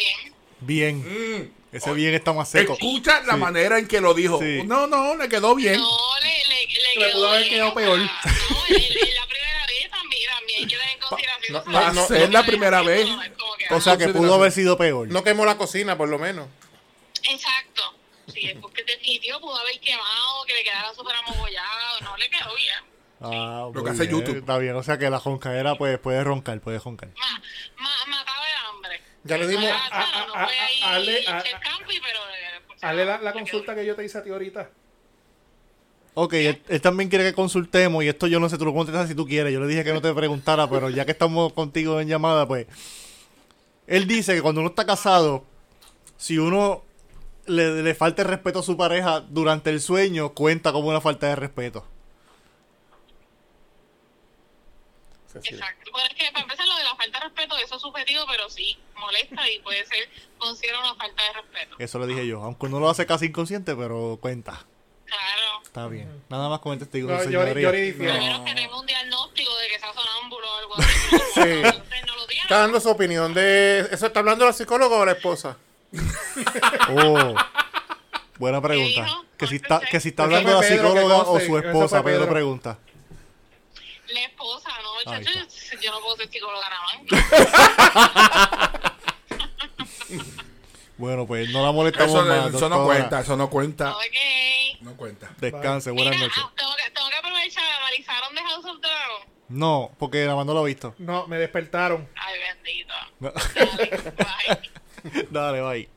[SPEAKER 6] bien.
[SPEAKER 1] Bien. Ese bien está más seco.
[SPEAKER 3] Mm. Escucha la manera en que lo dijo.
[SPEAKER 1] Sí.
[SPEAKER 3] No, no, le quedó bien.
[SPEAKER 6] No, le, le, le quedó
[SPEAKER 2] Le pudo haber
[SPEAKER 6] bien,
[SPEAKER 2] quedado peor.
[SPEAKER 6] No, el- el- la primera vez también, también hay que tener en consideración.
[SPEAKER 4] no,
[SPEAKER 3] Va a
[SPEAKER 4] no,
[SPEAKER 3] ser
[SPEAKER 4] no,
[SPEAKER 3] la primera vez.
[SPEAKER 6] ah,
[SPEAKER 1] O sea que pudo haber sido peor.
[SPEAKER 4] No quemó la cocina, por lo menos.
[SPEAKER 6] Exacto. Sí, es porque definitivo pudo haber quemado, que le quedara súper amogollado. No le quedó bien.
[SPEAKER 1] Ah,
[SPEAKER 3] Lo
[SPEAKER 1] muy
[SPEAKER 3] que hace
[SPEAKER 1] bien,
[SPEAKER 3] YouTube.
[SPEAKER 1] Está bien, o sea que la joncadera pues, puede roncar, puede roncar.
[SPEAKER 6] Ma- ma- mataba de hambre.
[SPEAKER 4] Ya le dimos-
[SPEAKER 6] Ah,
[SPEAKER 2] a-
[SPEAKER 6] no
[SPEAKER 2] a-
[SPEAKER 6] fue
[SPEAKER 2] a-
[SPEAKER 6] ahí
[SPEAKER 2] ale- a-
[SPEAKER 6] Chef Campi, pero, eh, pues,
[SPEAKER 2] Hazle la,
[SPEAKER 6] le
[SPEAKER 2] la
[SPEAKER 6] quedó
[SPEAKER 2] consulta que yo te hice a ti ahorita.
[SPEAKER 1] Ok, él, él también quiere que consultemos y esto yo no sé, tú lo contestas si tú quieres. Yo le dije que no te preguntara, pero ya que estamos contigo en llamada, pues... Él dice que cuando uno está casado, si uno le, le falta el respeto a su pareja durante el sueño, cuenta como una falta de respeto.
[SPEAKER 6] Exacto. Bueno, es que para empezar lo de la falta de respeto, eso es subjetivo, pero sí, molesta y puede ser considerado una falta de respeto.
[SPEAKER 1] Eso le dije yo, aunque uno lo hace casi inconsciente, pero cuenta.
[SPEAKER 6] Claro.
[SPEAKER 1] Está bien. Nada más con este el testigo
[SPEAKER 2] No,
[SPEAKER 1] de su
[SPEAKER 2] Johnny-
[SPEAKER 1] señoría.
[SPEAKER 2] Johnny difiere.
[SPEAKER 6] A menos que tenga un diagnóstico de que sea sonámbulo o algo así. Entonces no lo tiene.
[SPEAKER 4] Está dando su opinión de. ¿Eso está hablando la psicóloga o la esposa?
[SPEAKER 1] Oh, buena pregunta.
[SPEAKER 6] dijo?
[SPEAKER 1] Que si está, que si está
[SPEAKER 2] Eso
[SPEAKER 1] hablando la
[SPEAKER 2] fue Pedro que
[SPEAKER 1] psicóloga o
[SPEAKER 2] conste,
[SPEAKER 1] su
[SPEAKER 2] eso
[SPEAKER 1] esposa,
[SPEAKER 2] fue
[SPEAKER 1] Pedro.
[SPEAKER 2] Pedro.
[SPEAKER 1] pregunta.
[SPEAKER 6] La esposa, ¿no?
[SPEAKER 1] Ahí
[SPEAKER 6] Chacho, yo, yo no puedo ser psicóloga nada más.
[SPEAKER 1] Bueno, pues no la molestamos
[SPEAKER 3] Eso,
[SPEAKER 1] más.
[SPEAKER 3] eso no
[SPEAKER 1] doctora.
[SPEAKER 3] cuenta, eso no cuenta.
[SPEAKER 6] ok.
[SPEAKER 3] No cuenta.
[SPEAKER 1] Descanse, buenas
[SPEAKER 6] Mira,
[SPEAKER 1] noches.
[SPEAKER 6] ah, tengo que, tengo que aprovechar, analizaron de House of Dragon.
[SPEAKER 1] No, porque la mano lo ha visto.
[SPEAKER 2] No, me despertaron.
[SPEAKER 6] Ay, bendito.
[SPEAKER 1] No. Dale,
[SPEAKER 6] Dale, bye.
[SPEAKER 1] bye.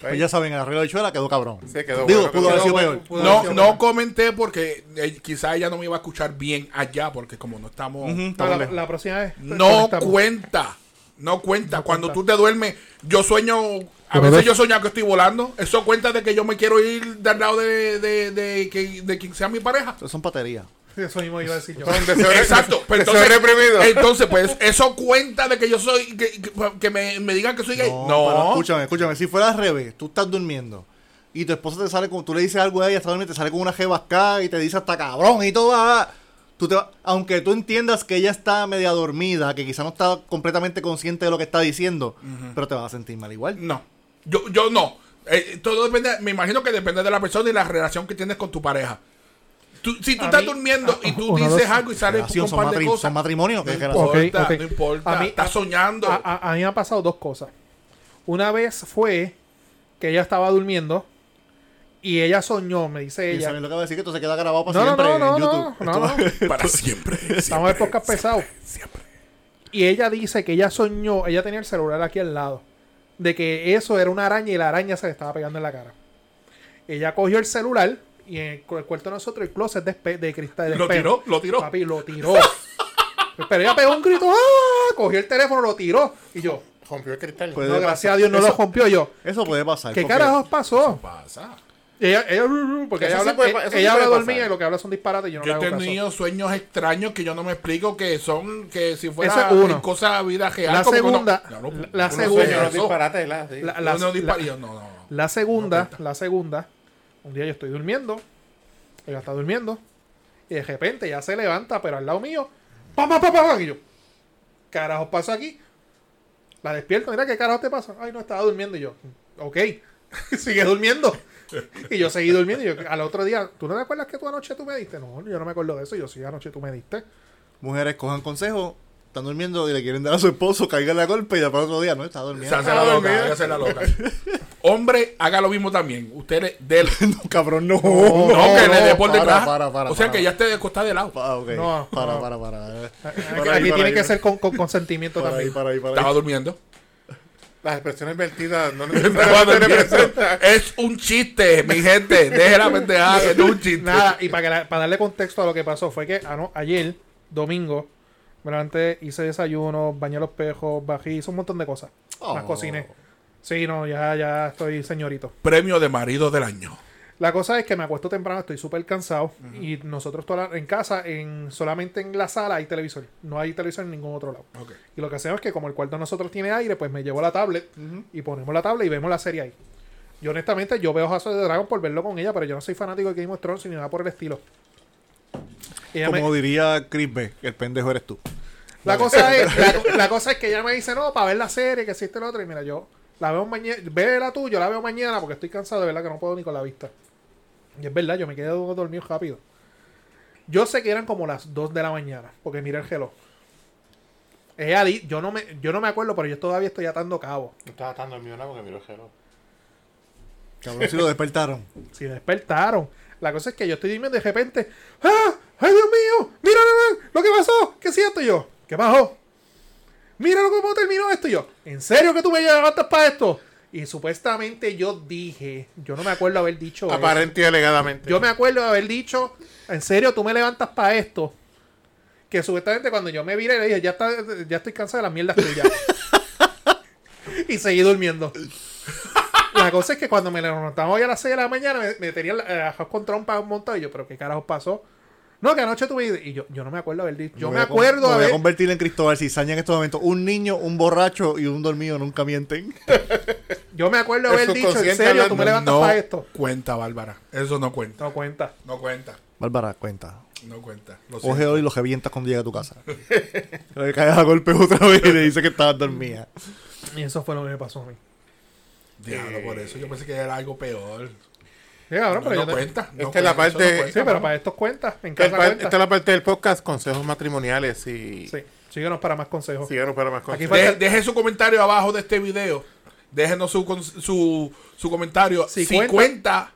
[SPEAKER 1] Pues ya saben, el arreglo de Chuela quedó cabrón.
[SPEAKER 4] Se quedó
[SPEAKER 1] Digo,
[SPEAKER 4] bueno,
[SPEAKER 1] pudo
[SPEAKER 4] quedó
[SPEAKER 1] haber sido
[SPEAKER 2] bueno.
[SPEAKER 1] peor.
[SPEAKER 2] Pudo haber
[SPEAKER 3] No,
[SPEAKER 2] sido
[SPEAKER 3] no
[SPEAKER 2] peor.
[SPEAKER 3] comenté porque eh, quizá ella no me iba a escuchar bien allá porque como no estamos...
[SPEAKER 1] Ujú,
[SPEAKER 2] No,
[SPEAKER 1] estamos
[SPEAKER 2] la,
[SPEAKER 1] lejos.
[SPEAKER 2] la próxima vez. pues,
[SPEAKER 3] No
[SPEAKER 2] conectamos.
[SPEAKER 3] cuenta. No cuenta. Cuando
[SPEAKER 2] cuenta.
[SPEAKER 3] tú te duermes, yo sueño. A
[SPEAKER 5] Pero
[SPEAKER 3] veces
[SPEAKER 5] ves-
[SPEAKER 3] yo sueño que estoy volando. Eso cuenta de que yo me quiero ir del lado de, de, de, que- de quien sea mi pareja.
[SPEAKER 1] Eso son paterías.
[SPEAKER 2] Eso mismo iba a decir yo.
[SPEAKER 4] Son deseos-
[SPEAKER 3] Exacto. Pero
[SPEAKER 4] deseos
[SPEAKER 3] entonces,
[SPEAKER 4] reprimidos.
[SPEAKER 3] entonces, pues, eso cuenta de que yo soy. Que, que- que me, me digan que soy gay. No.
[SPEAKER 1] pero escúchame, escúchame. Si fuera al revés, tú estás durmiendo y tu esposa te sale con. Tú le dices algo a ella, está durmiendo, te sale con una jebasca y te dice hasta cabrón y todo. ah, Tú te va- aunque tú entiendas que ella está media dormida, que quizá no está completamente consciente de lo que está diciendo, pero te vas a sentir mal igual.
[SPEAKER 3] No. Yo, yo no. Eh, todo depende. Me imagino que depende de la persona y la relación que tienes con tu pareja. Tú- si tú
[SPEAKER 2] A
[SPEAKER 3] estás
[SPEAKER 2] mí-
[SPEAKER 3] durmiendo y tú
[SPEAKER 2] uno, dos,
[SPEAKER 3] dices algo y sales con
[SPEAKER 1] Relación,
[SPEAKER 3] un
[SPEAKER 1] son,
[SPEAKER 3] par de
[SPEAKER 1] matri-
[SPEAKER 3] cosas.
[SPEAKER 1] son matrimonio. ¿qué
[SPEAKER 3] No
[SPEAKER 1] relación?
[SPEAKER 2] Ok,
[SPEAKER 3] importa,
[SPEAKER 2] ok.
[SPEAKER 3] no importa.
[SPEAKER 2] A mí-
[SPEAKER 3] estás
[SPEAKER 2] a-
[SPEAKER 3] soñando.
[SPEAKER 2] A, a- a mí me han pasado dos cosas. Una vez fue que ella estaba durmiendo y ella soñó, me dice
[SPEAKER 1] Y
[SPEAKER 2] ella.
[SPEAKER 1] saben lo que va a decir que esto se queda grabado para
[SPEAKER 2] No, no,
[SPEAKER 1] siempre
[SPEAKER 2] no, no,
[SPEAKER 1] en
[SPEAKER 2] no,
[SPEAKER 1] YouTube.
[SPEAKER 2] no, no.
[SPEAKER 3] para siempre.
[SPEAKER 2] Estamos en podcast pesado. Y ella dice que ella soñó, ella tenía el celular aquí al lado, de que eso era una araña y la araña se le estaba pegando en la cara. Ella cogió el celular y en el, cu- el cuarto de nosotros el closet de, espe- de cristal de
[SPEAKER 3] Lo
[SPEAKER 2] espejo.
[SPEAKER 3] tiró, lo tiró.
[SPEAKER 2] Papi, lo tiró. Pero ella pegó un grito, ¡ah! Cogió el teléfono, lo tiró. Y yo,
[SPEAKER 4] Rompió el cristal.
[SPEAKER 1] Pues-
[SPEAKER 2] no,
[SPEAKER 1] Puede pasar.
[SPEAKER 2] gracias a Dios no
[SPEAKER 1] Eso-
[SPEAKER 2] lo rompió yo.
[SPEAKER 1] Eso puede pasar.
[SPEAKER 2] ¿Qué
[SPEAKER 1] porque-
[SPEAKER 2] carajos pasó?
[SPEAKER 3] pasa?
[SPEAKER 2] Ella, ella- porque
[SPEAKER 4] Eso
[SPEAKER 2] ella
[SPEAKER 4] sí
[SPEAKER 2] habla, eh,
[SPEAKER 4] puede pa- eso
[SPEAKER 2] ella
[SPEAKER 4] sí
[SPEAKER 2] habla
[SPEAKER 4] puede pasar.
[SPEAKER 2] dormida y lo que habla son disparates. y Yo no
[SPEAKER 3] Yo
[SPEAKER 2] le
[SPEAKER 3] he
[SPEAKER 2] hago caso.
[SPEAKER 3] tenido sueños extraños que yo no me explico que son que si
[SPEAKER 2] Eso
[SPEAKER 3] fuera
[SPEAKER 2] es uno.
[SPEAKER 3] cosa vida real.
[SPEAKER 2] La
[SPEAKER 3] como que uno-
[SPEAKER 2] segunda-
[SPEAKER 3] Ya no,
[SPEAKER 2] la- la
[SPEAKER 3] uno
[SPEAKER 2] segunda-
[SPEAKER 3] sueña
[SPEAKER 4] Los
[SPEAKER 3] eso.
[SPEAKER 4] disparates, la- sí.
[SPEAKER 2] La-
[SPEAKER 3] Uno
[SPEAKER 2] la-
[SPEAKER 3] no dispara-
[SPEAKER 2] la-
[SPEAKER 3] yo, no, no, no.
[SPEAKER 2] La segunda, la segunda, un día yo estoy durmiendo, ella está durmiendo, y de repente ya se levanta, pero al lado mío, ¡pam, pam, pam, pam! Y yo, carajo, pasa aquí. La despierto, mira, ¿qué carajo te pasa? Ay, no, estaba durmiendo. Y yo, ok, sigue durmiendo. Y yo seguí durmiendo. Y yo, al otro día, ¿tú no te acuerdas que tú anoche tú me diste? No, yo no me acuerdo de eso. Y Yo sí, anoche tú me diste.
[SPEAKER 1] Mujeres, cojan consejo. Están durmiendo y le quieren dar a su esposo, caigan a golpe y después otro día, ¿no? Está
[SPEAKER 3] Se
[SPEAKER 1] durmiendo.
[SPEAKER 3] hace la loca, hay que hacer la loca. Hombre, haga lo mismo también. Ustedes, del.
[SPEAKER 1] No, cabrón, Oh, no.
[SPEAKER 3] No, que le dé por
[SPEAKER 1] para,
[SPEAKER 3] detrás.
[SPEAKER 1] para, para,
[SPEAKER 3] o sea
[SPEAKER 1] para.
[SPEAKER 3] que ya esté acostado de lado.
[SPEAKER 1] Ah, ok.
[SPEAKER 2] No,
[SPEAKER 1] para,
[SPEAKER 2] no.
[SPEAKER 1] para, para,
[SPEAKER 2] Aquí, aquí tiene Ah, que ser con, con consentimiento
[SPEAKER 1] para ahí,
[SPEAKER 2] también.
[SPEAKER 1] para ahí, para ahí.
[SPEAKER 3] Estaba durmiendo.
[SPEAKER 4] Las expresiones vertidas no
[SPEAKER 3] Estaba
[SPEAKER 4] necesariamente
[SPEAKER 3] durmiendo.
[SPEAKER 4] representan.
[SPEAKER 3] Es un chiste, mi gente. Deje la pendejada, que es un chiste.
[SPEAKER 2] Nada, y para, que la- para darle contexto a lo que pasó, fue que ah, no, ayer, domingo, me levanté, hice desayuno, bañé los pejos, bajé, hice un montón de cosas. Las
[SPEAKER 1] Oh.
[SPEAKER 2] cociné. Sí, no, ya, ya estoy señorito.
[SPEAKER 3] Premio de marido del año.
[SPEAKER 2] La cosa es que me acuesto temprano, estoy súper cansado. Y nosotros toda la- en casa, en, solamente en la sala hay televisor. No hay televisor en ningún otro lado.
[SPEAKER 3] Ok.
[SPEAKER 2] Y lo que hacemos es que como el cuarto de nosotros tiene aire, pues me llevo la tablet y ponemos la tablet y vemos la serie ahí. Yo honestamente, yo veo House of the Dragon por verlo con ella, pero yo no soy fanático de Game of Thrones ni nada por el estilo. Ella me-
[SPEAKER 1] Como diría Chris B, el pendejo eres tú.
[SPEAKER 2] la, cosa es, la, la cosa es que ella me dice, no, para ver la serie, que existe la otra. Y mira, yo la veo mañana, ve la tuya, la veo mañana porque estoy cansado, de verdad que no puedo ni con la vista. Y es verdad, yo me quedé do- dormido rápido. Yo sé que eran como las 2 de la mañana, porque mira el reloj. Ella di- yo no me, yo no me acuerdo, pero yo todavía estoy atando cabos.
[SPEAKER 4] Estaba tan dormido nada porque miró el reloj.
[SPEAKER 1] Cabrón, si lo despertaron.
[SPEAKER 2] Si despertaron. La cosa es que yo estoy durmiendo y de repente, ¡ah! ¡Ay, Dios mío! ¡Mira, mira, mira! lo que pasó! ¿Qué siento Y yo? ¿Qué pasó? ¡Mira lo- cómo terminó esto Y yo! ¿En serio que tú me levantas para esto? Y supuestamente yo dije, yo no me acuerdo haber dicho eso.
[SPEAKER 4] Aparente y alegadamente.
[SPEAKER 2] Yo me acuerdo de haber dicho, en serio, tú me levantas para esto. Que supuestamente cuando yo me viré le dije, ya, está, ya estoy cansado de las mierdas tuyas. y seguí durmiendo. La cosa es que cuando me levantaba hoy a las 6 de la mañana, me, me tenía la- eh, con trompa un montón. Y yo, pero qué carajos pasó. No, que anoche tuve. Y yo, yo no me acuerdo haber dicho. Yo me
[SPEAKER 1] voy a con-
[SPEAKER 2] acuerdo
[SPEAKER 1] me voy a
[SPEAKER 2] haber.
[SPEAKER 1] convertir en Cristóbal Cizaña en estos momentos. Un niño, un borracho y un dormido nunca mienten.
[SPEAKER 2] Yo me acuerdo
[SPEAKER 4] El
[SPEAKER 2] haber dicho, en
[SPEAKER 4] subconsciente
[SPEAKER 2] serio, tú
[SPEAKER 4] hablando,
[SPEAKER 2] me levantas
[SPEAKER 3] No
[SPEAKER 2] para esto.
[SPEAKER 3] cuenta, Bárbara. Eso no cuenta.
[SPEAKER 2] No cuenta.
[SPEAKER 3] No cuenta.
[SPEAKER 1] Bárbara, cuenta.
[SPEAKER 3] No cuenta. Lo
[SPEAKER 1] Coge
[SPEAKER 3] siento.
[SPEAKER 1] hoy y los revientas cuando llegue a tu casa. le caes a golpes otra vez y le dices que estabas dormida.
[SPEAKER 2] Y eso fue lo que me pasó a mí.
[SPEAKER 3] Diablo, por eso yo pensé que era algo peor.
[SPEAKER 2] Sí, cabrón,
[SPEAKER 3] No,
[SPEAKER 2] Ah, pero
[SPEAKER 3] no
[SPEAKER 2] yo te-
[SPEAKER 3] cuenta. no
[SPEAKER 4] Esta es la
[SPEAKER 3] cuenta, eso
[SPEAKER 4] parte-
[SPEAKER 3] no
[SPEAKER 2] Sí,
[SPEAKER 3] cuenta,
[SPEAKER 2] pero
[SPEAKER 3] mano.
[SPEAKER 2] para estos cuentas. En
[SPEAKER 4] Esta es
[SPEAKER 2] casa
[SPEAKER 4] pa-
[SPEAKER 2] cuentas.
[SPEAKER 4] esta es la parte del podcast, consejos matrimoniales y
[SPEAKER 2] Sí, síguenos para más consejos.
[SPEAKER 4] síganos para más consejos.
[SPEAKER 2] Aquí
[SPEAKER 3] De-
[SPEAKER 2] falta-
[SPEAKER 3] deje su comentario abajo de este video. Déjenos su, con- su, su comentario.
[SPEAKER 2] Si
[SPEAKER 3] Si,
[SPEAKER 2] cuenta-
[SPEAKER 3] cuenta.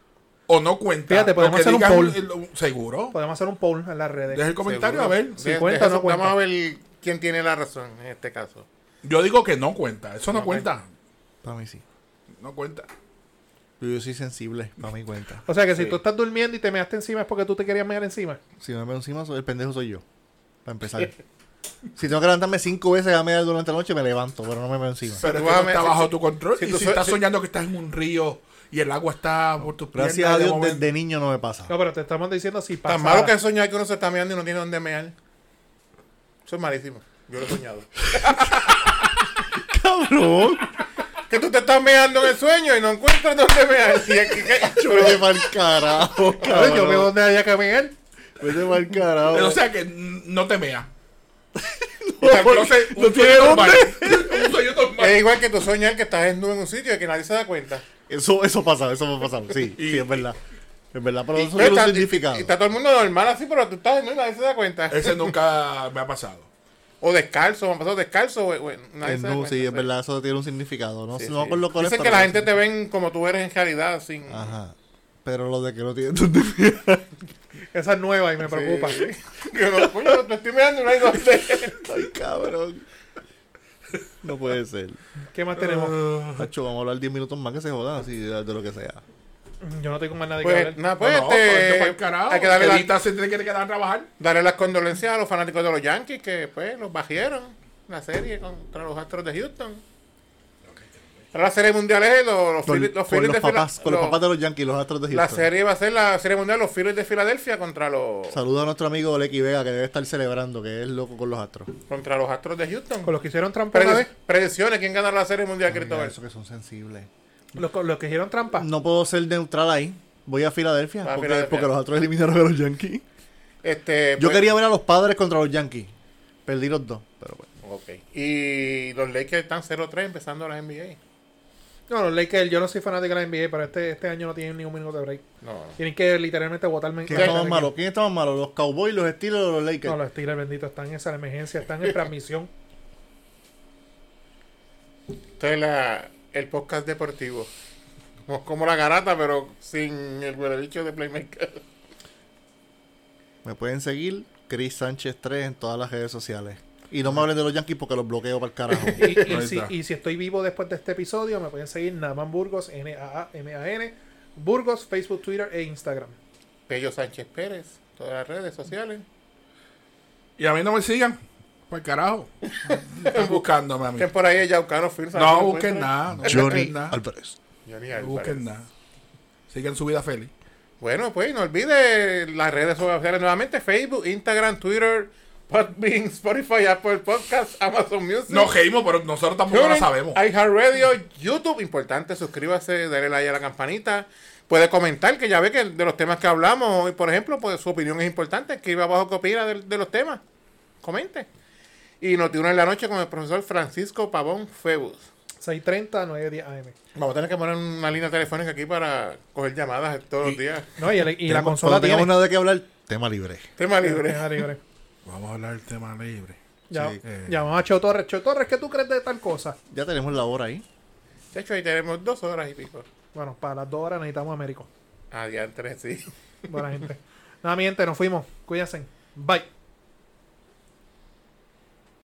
[SPEAKER 3] o no cuenta.
[SPEAKER 2] Fíjate,
[SPEAKER 3] Lo
[SPEAKER 2] podemos
[SPEAKER 3] que
[SPEAKER 2] hacer un
[SPEAKER 3] digan,
[SPEAKER 2] poll.
[SPEAKER 3] eh, lo- Seguro.
[SPEAKER 2] Podemos hacer un poll en las redes.
[SPEAKER 3] Deje el comentario a ver.
[SPEAKER 4] Seguro.
[SPEAKER 2] si
[SPEAKER 4] De-
[SPEAKER 2] cuenta o no
[SPEAKER 4] deja-
[SPEAKER 2] cuenta.
[SPEAKER 4] Vamos a ver quién tiene la razón en este caso.
[SPEAKER 3] Yo digo que no cuenta. Eso no,
[SPEAKER 4] No
[SPEAKER 3] cuenta.
[SPEAKER 1] Para mí sí.
[SPEAKER 3] No cuenta.
[SPEAKER 1] Yo soy sensible, para mi cuenta.
[SPEAKER 2] O sea que si
[SPEAKER 4] Sí.
[SPEAKER 2] tú estás durmiendo y te measte encima es porque tú te querías mear encima.
[SPEAKER 1] Si no me veo encima, soy- el pendejo soy yo. Para empezar. si tengo que levantarme cinco veces a media durante la noche, me levanto, pero no me veo encima.
[SPEAKER 3] Pero
[SPEAKER 4] tú
[SPEAKER 3] es
[SPEAKER 4] vas
[SPEAKER 3] que
[SPEAKER 4] a
[SPEAKER 3] no
[SPEAKER 4] me-
[SPEAKER 3] está
[SPEAKER 4] si-
[SPEAKER 3] bajo
[SPEAKER 4] si-
[SPEAKER 3] tu control.
[SPEAKER 4] si
[SPEAKER 3] y
[SPEAKER 4] tú
[SPEAKER 3] si
[SPEAKER 4] so-
[SPEAKER 3] estás
[SPEAKER 4] si-
[SPEAKER 3] soñando que estás en un río y el agua está por tus piernas.
[SPEAKER 1] Gracias a
[SPEAKER 3] de
[SPEAKER 1] Dios,
[SPEAKER 3] momento-
[SPEAKER 1] desde niño no me pasa.
[SPEAKER 2] No, pero te estamos diciendo si pasa.
[SPEAKER 4] Tan malo que es soñar que uno se está meando y no tiene dónde mear. Eso es malísimo. Yo lo he soñado.
[SPEAKER 1] ¡Cabrón!
[SPEAKER 4] que tú te estás meando en el sueño y no encuentras dónde mear. Y es que- que-
[SPEAKER 1] Vete pa'l carajo,
[SPEAKER 2] Ay, Yo me
[SPEAKER 1] cabrón.
[SPEAKER 2] donde haya que mear.
[SPEAKER 1] Vete pa'l carajo.
[SPEAKER 3] Pero, o sea que mm, no te meas.
[SPEAKER 1] no tiene
[SPEAKER 3] dónde. Un sueño normal.
[SPEAKER 4] es igual que tú soñar que estás desnudo en un sitio y que nadie se da cuenta.
[SPEAKER 1] Eso, eso pasa, eso me ha pasado. Sí, sí, es verdad. Es verdad, pero
[SPEAKER 4] Y,
[SPEAKER 1] eso
[SPEAKER 4] pero
[SPEAKER 1] tiene un
[SPEAKER 4] está, y-
[SPEAKER 1] significado.
[SPEAKER 4] y está todo el mundo normal así, pero tú estás desnudo y nadie se da cuenta.
[SPEAKER 3] Ese nunca me ha pasado.
[SPEAKER 4] O descalzo, me han pasado descalzo. güey, güey, nadie
[SPEAKER 1] Es
[SPEAKER 4] se da
[SPEAKER 1] nu-
[SPEAKER 4] cuenta,
[SPEAKER 1] sí, es
[SPEAKER 4] sí.
[SPEAKER 1] verdad, eso tiene un significado. No,
[SPEAKER 4] Sí,
[SPEAKER 1] no me
[SPEAKER 4] sí.
[SPEAKER 1] acuerdo cuál es,
[SPEAKER 4] Dicen que
[SPEAKER 1] pero
[SPEAKER 4] la
[SPEAKER 1] sí.
[SPEAKER 4] gente te ven como tú eres en realidad, sin...
[SPEAKER 1] Ajá. Pero lo de que no tiene dónde mirar.
[SPEAKER 2] Esa es nueva y me preocupa.
[SPEAKER 4] Yo no, coño, te estoy mirando y no hay dónde. Pues,
[SPEAKER 1] Ay, cabrón. No puede ser.
[SPEAKER 2] ¿Qué más
[SPEAKER 4] Uh.
[SPEAKER 2] tenemos?
[SPEAKER 1] Nacho, vamos a hablar 10 minutos más que se jodan, así de, de lo que sea.
[SPEAKER 2] Yo no tengo más nada que
[SPEAKER 4] Pues,
[SPEAKER 2] hablar.
[SPEAKER 4] nada, pues,
[SPEAKER 3] Pues
[SPEAKER 4] este, hay que darle, la-
[SPEAKER 3] se tiene que quedar a trabajar.
[SPEAKER 4] darle las condolencias a los fanáticos de los Yankees que, pues, los bajieron la serie contra los Astros de Houston. Ahora la serie mundial es los, los,
[SPEAKER 1] Con,
[SPEAKER 4] Phillies-
[SPEAKER 1] con
[SPEAKER 4] los Phillies
[SPEAKER 1] los,
[SPEAKER 4] de
[SPEAKER 1] papás,
[SPEAKER 4] Fila-
[SPEAKER 1] con los
[SPEAKER 4] los-
[SPEAKER 1] papás de los Yankees, los Astros de
[SPEAKER 4] La
[SPEAKER 1] Houston.
[SPEAKER 4] serie va a ser la serie mundial de los Phillies de Filadelfia contra los,
[SPEAKER 1] Saluda a nuestro amigo Olequi Vega, que debe estar celebrando, que es loco con los Astros.
[SPEAKER 4] contra los Astros de Houston.
[SPEAKER 2] Con los que hicieron trampa una
[SPEAKER 4] Prede-
[SPEAKER 2] vez.
[SPEAKER 4] predicciones, ¿quién ganará la serie mundial,
[SPEAKER 1] ¿eh? Ah, Mira,
[SPEAKER 4] Cristóbal?
[SPEAKER 1] eso que son sensibles.
[SPEAKER 2] Los, con los que hicieron trampa.
[SPEAKER 1] No puedo ser neutral ahí. Voy a Filadelfia,
[SPEAKER 4] Va a
[SPEAKER 1] porque,
[SPEAKER 4] Ah, Filadelfia.
[SPEAKER 1] porque los Astros eliminaron a los Yankees.
[SPEAKER 4] Este,
[SPEAKER 1] Yo
[SPEAKER 4] pues-
[SPEAKER 1] quería ver a los padres contra los Yankees. Perdí los dos, pero bueno.
[SPEAKER 4] Ok. Y los Lakers están 0-3 empezando las NBA.
[SPEAKER 2] No, los Lakers, yo no soy fanático de la NBA, pero este, este año no tienen ningún minuto de break.
[SPEAKER 4] No.
[SPEAKER 2] Tienen que literalmente botarme.
[SPEAKER 1] ¿Quién está más malo? ¿Quién está más malo? ¿Los Cowboys, los Steelers o los Lakers?
[SPEAKER 2] No, los Steelers, bendito, están en esa emergencia, están en transmisión.
[SPEAKER 4] Esto Este es la, el podcast deportivo. Como, como la garata, pero sin el huelebicho de Playmaker.
[SPEAKER 1] Me pueden seguir Chris Sánchez 3 en todas las redes sociales. Y no me hablen de los Yankees porque los bloqueo para el carajo.
[SPEAKER 2] Y, y
[SPEAKER 3] Ahí
[SPEAKER 2] si,
[SPEAKER 3] está.
[SPEAKER 2] y si estoy vivo después de este episodio, me pueden seguir Naman Burgos, N-A-A-M-A-N, Burgos, Facebook, Twitter e Instagram.
[SPEAKER 4] Pello Sánchez Pérez. Todas las redes sociales.
[SPEAKER 3] Y a mí no me sigan. Pues carajo. Están buscándome a mí.
[SPEAKER 4] Busquen por ahí el Yaucano Films. a ver
[SPEAKER 3] No
[SPEAKER 4] si lo
[SPEAKER 3] busquen
[SPEAKER 4] encuentran.
[SPEAKER 3] nada. No
[SPEAKER 1] Johnny
[SPEAKER 3] busquen nada.
[SPEAKER 1] Álvarez.
[SPEAKER 4] Johnny
[SPEAKER 3] No
[SPEAKER 4] Álvarez.
[SPEAKER 3] busquen nada. Sigan su vida feliz.
[SPEAKER 4] Bueno, pues no olvide las redes sociales nuevamente: Facebook, Instagram, Twitter, Podbean, Spotify, Apple Podcasts, Amazon Music.
[SPEAKER 3] No Geimo, pero nosotros tampoco la sabemos.
[SPEAKER 4] iHeartRadio, YouTube, importante, suscríbase, dale like a la campanita. Puede comentar, que ya ve que de los temas que hablamos hoy, por ejemplo, pues su opinión es importante. Escribe abajo qué opina del- de, los temas. Comente. Y nos en la noche con el profesor Francisco Pavón Febus.
[SPEAKER 2] 6.30, 9.10 AM.
[SPEAKER 4] Vamos a tener que poner una línea telefónica aquí para coger llamadas todos los días.
[SPEAKER 2] No, y, el- y la
[SPEAKER 1] Tenemos-
[SPEAKER 2] consola
[SPEAKER 1] cuando tengamos
[SPEAKER 2] tiene...
[SPEAKER 1] nada que hablar, tema libre.
[SPEAKER 4] Tema libre.
[SPEAKER 2] Deja, libre.
[SPEAKER 3] Vamos a hablar del tema libre.
[SPEAKER 2] Ya,
[SPEAKER 1] Sí,
[SPEAKER 3] eh.
[SPEAKER 2] Llamamos a Cheo Torres. Cheo Torres, ¿qué tú crees de tal cosa?
[SPEAKER 1] Ya tenemos la hora ahí.
[SPEAKER 4] De hecho, ahí tenemos dos horas y pico.
[SPEAKER 2] Bueno, para las dos horas necesitamos Américo.
[SPEAKER 4] Adiante, sí.
[SPEAKER 2] Buena gente. Nada, mi gente, nos fuimos. Cuídense. Bye.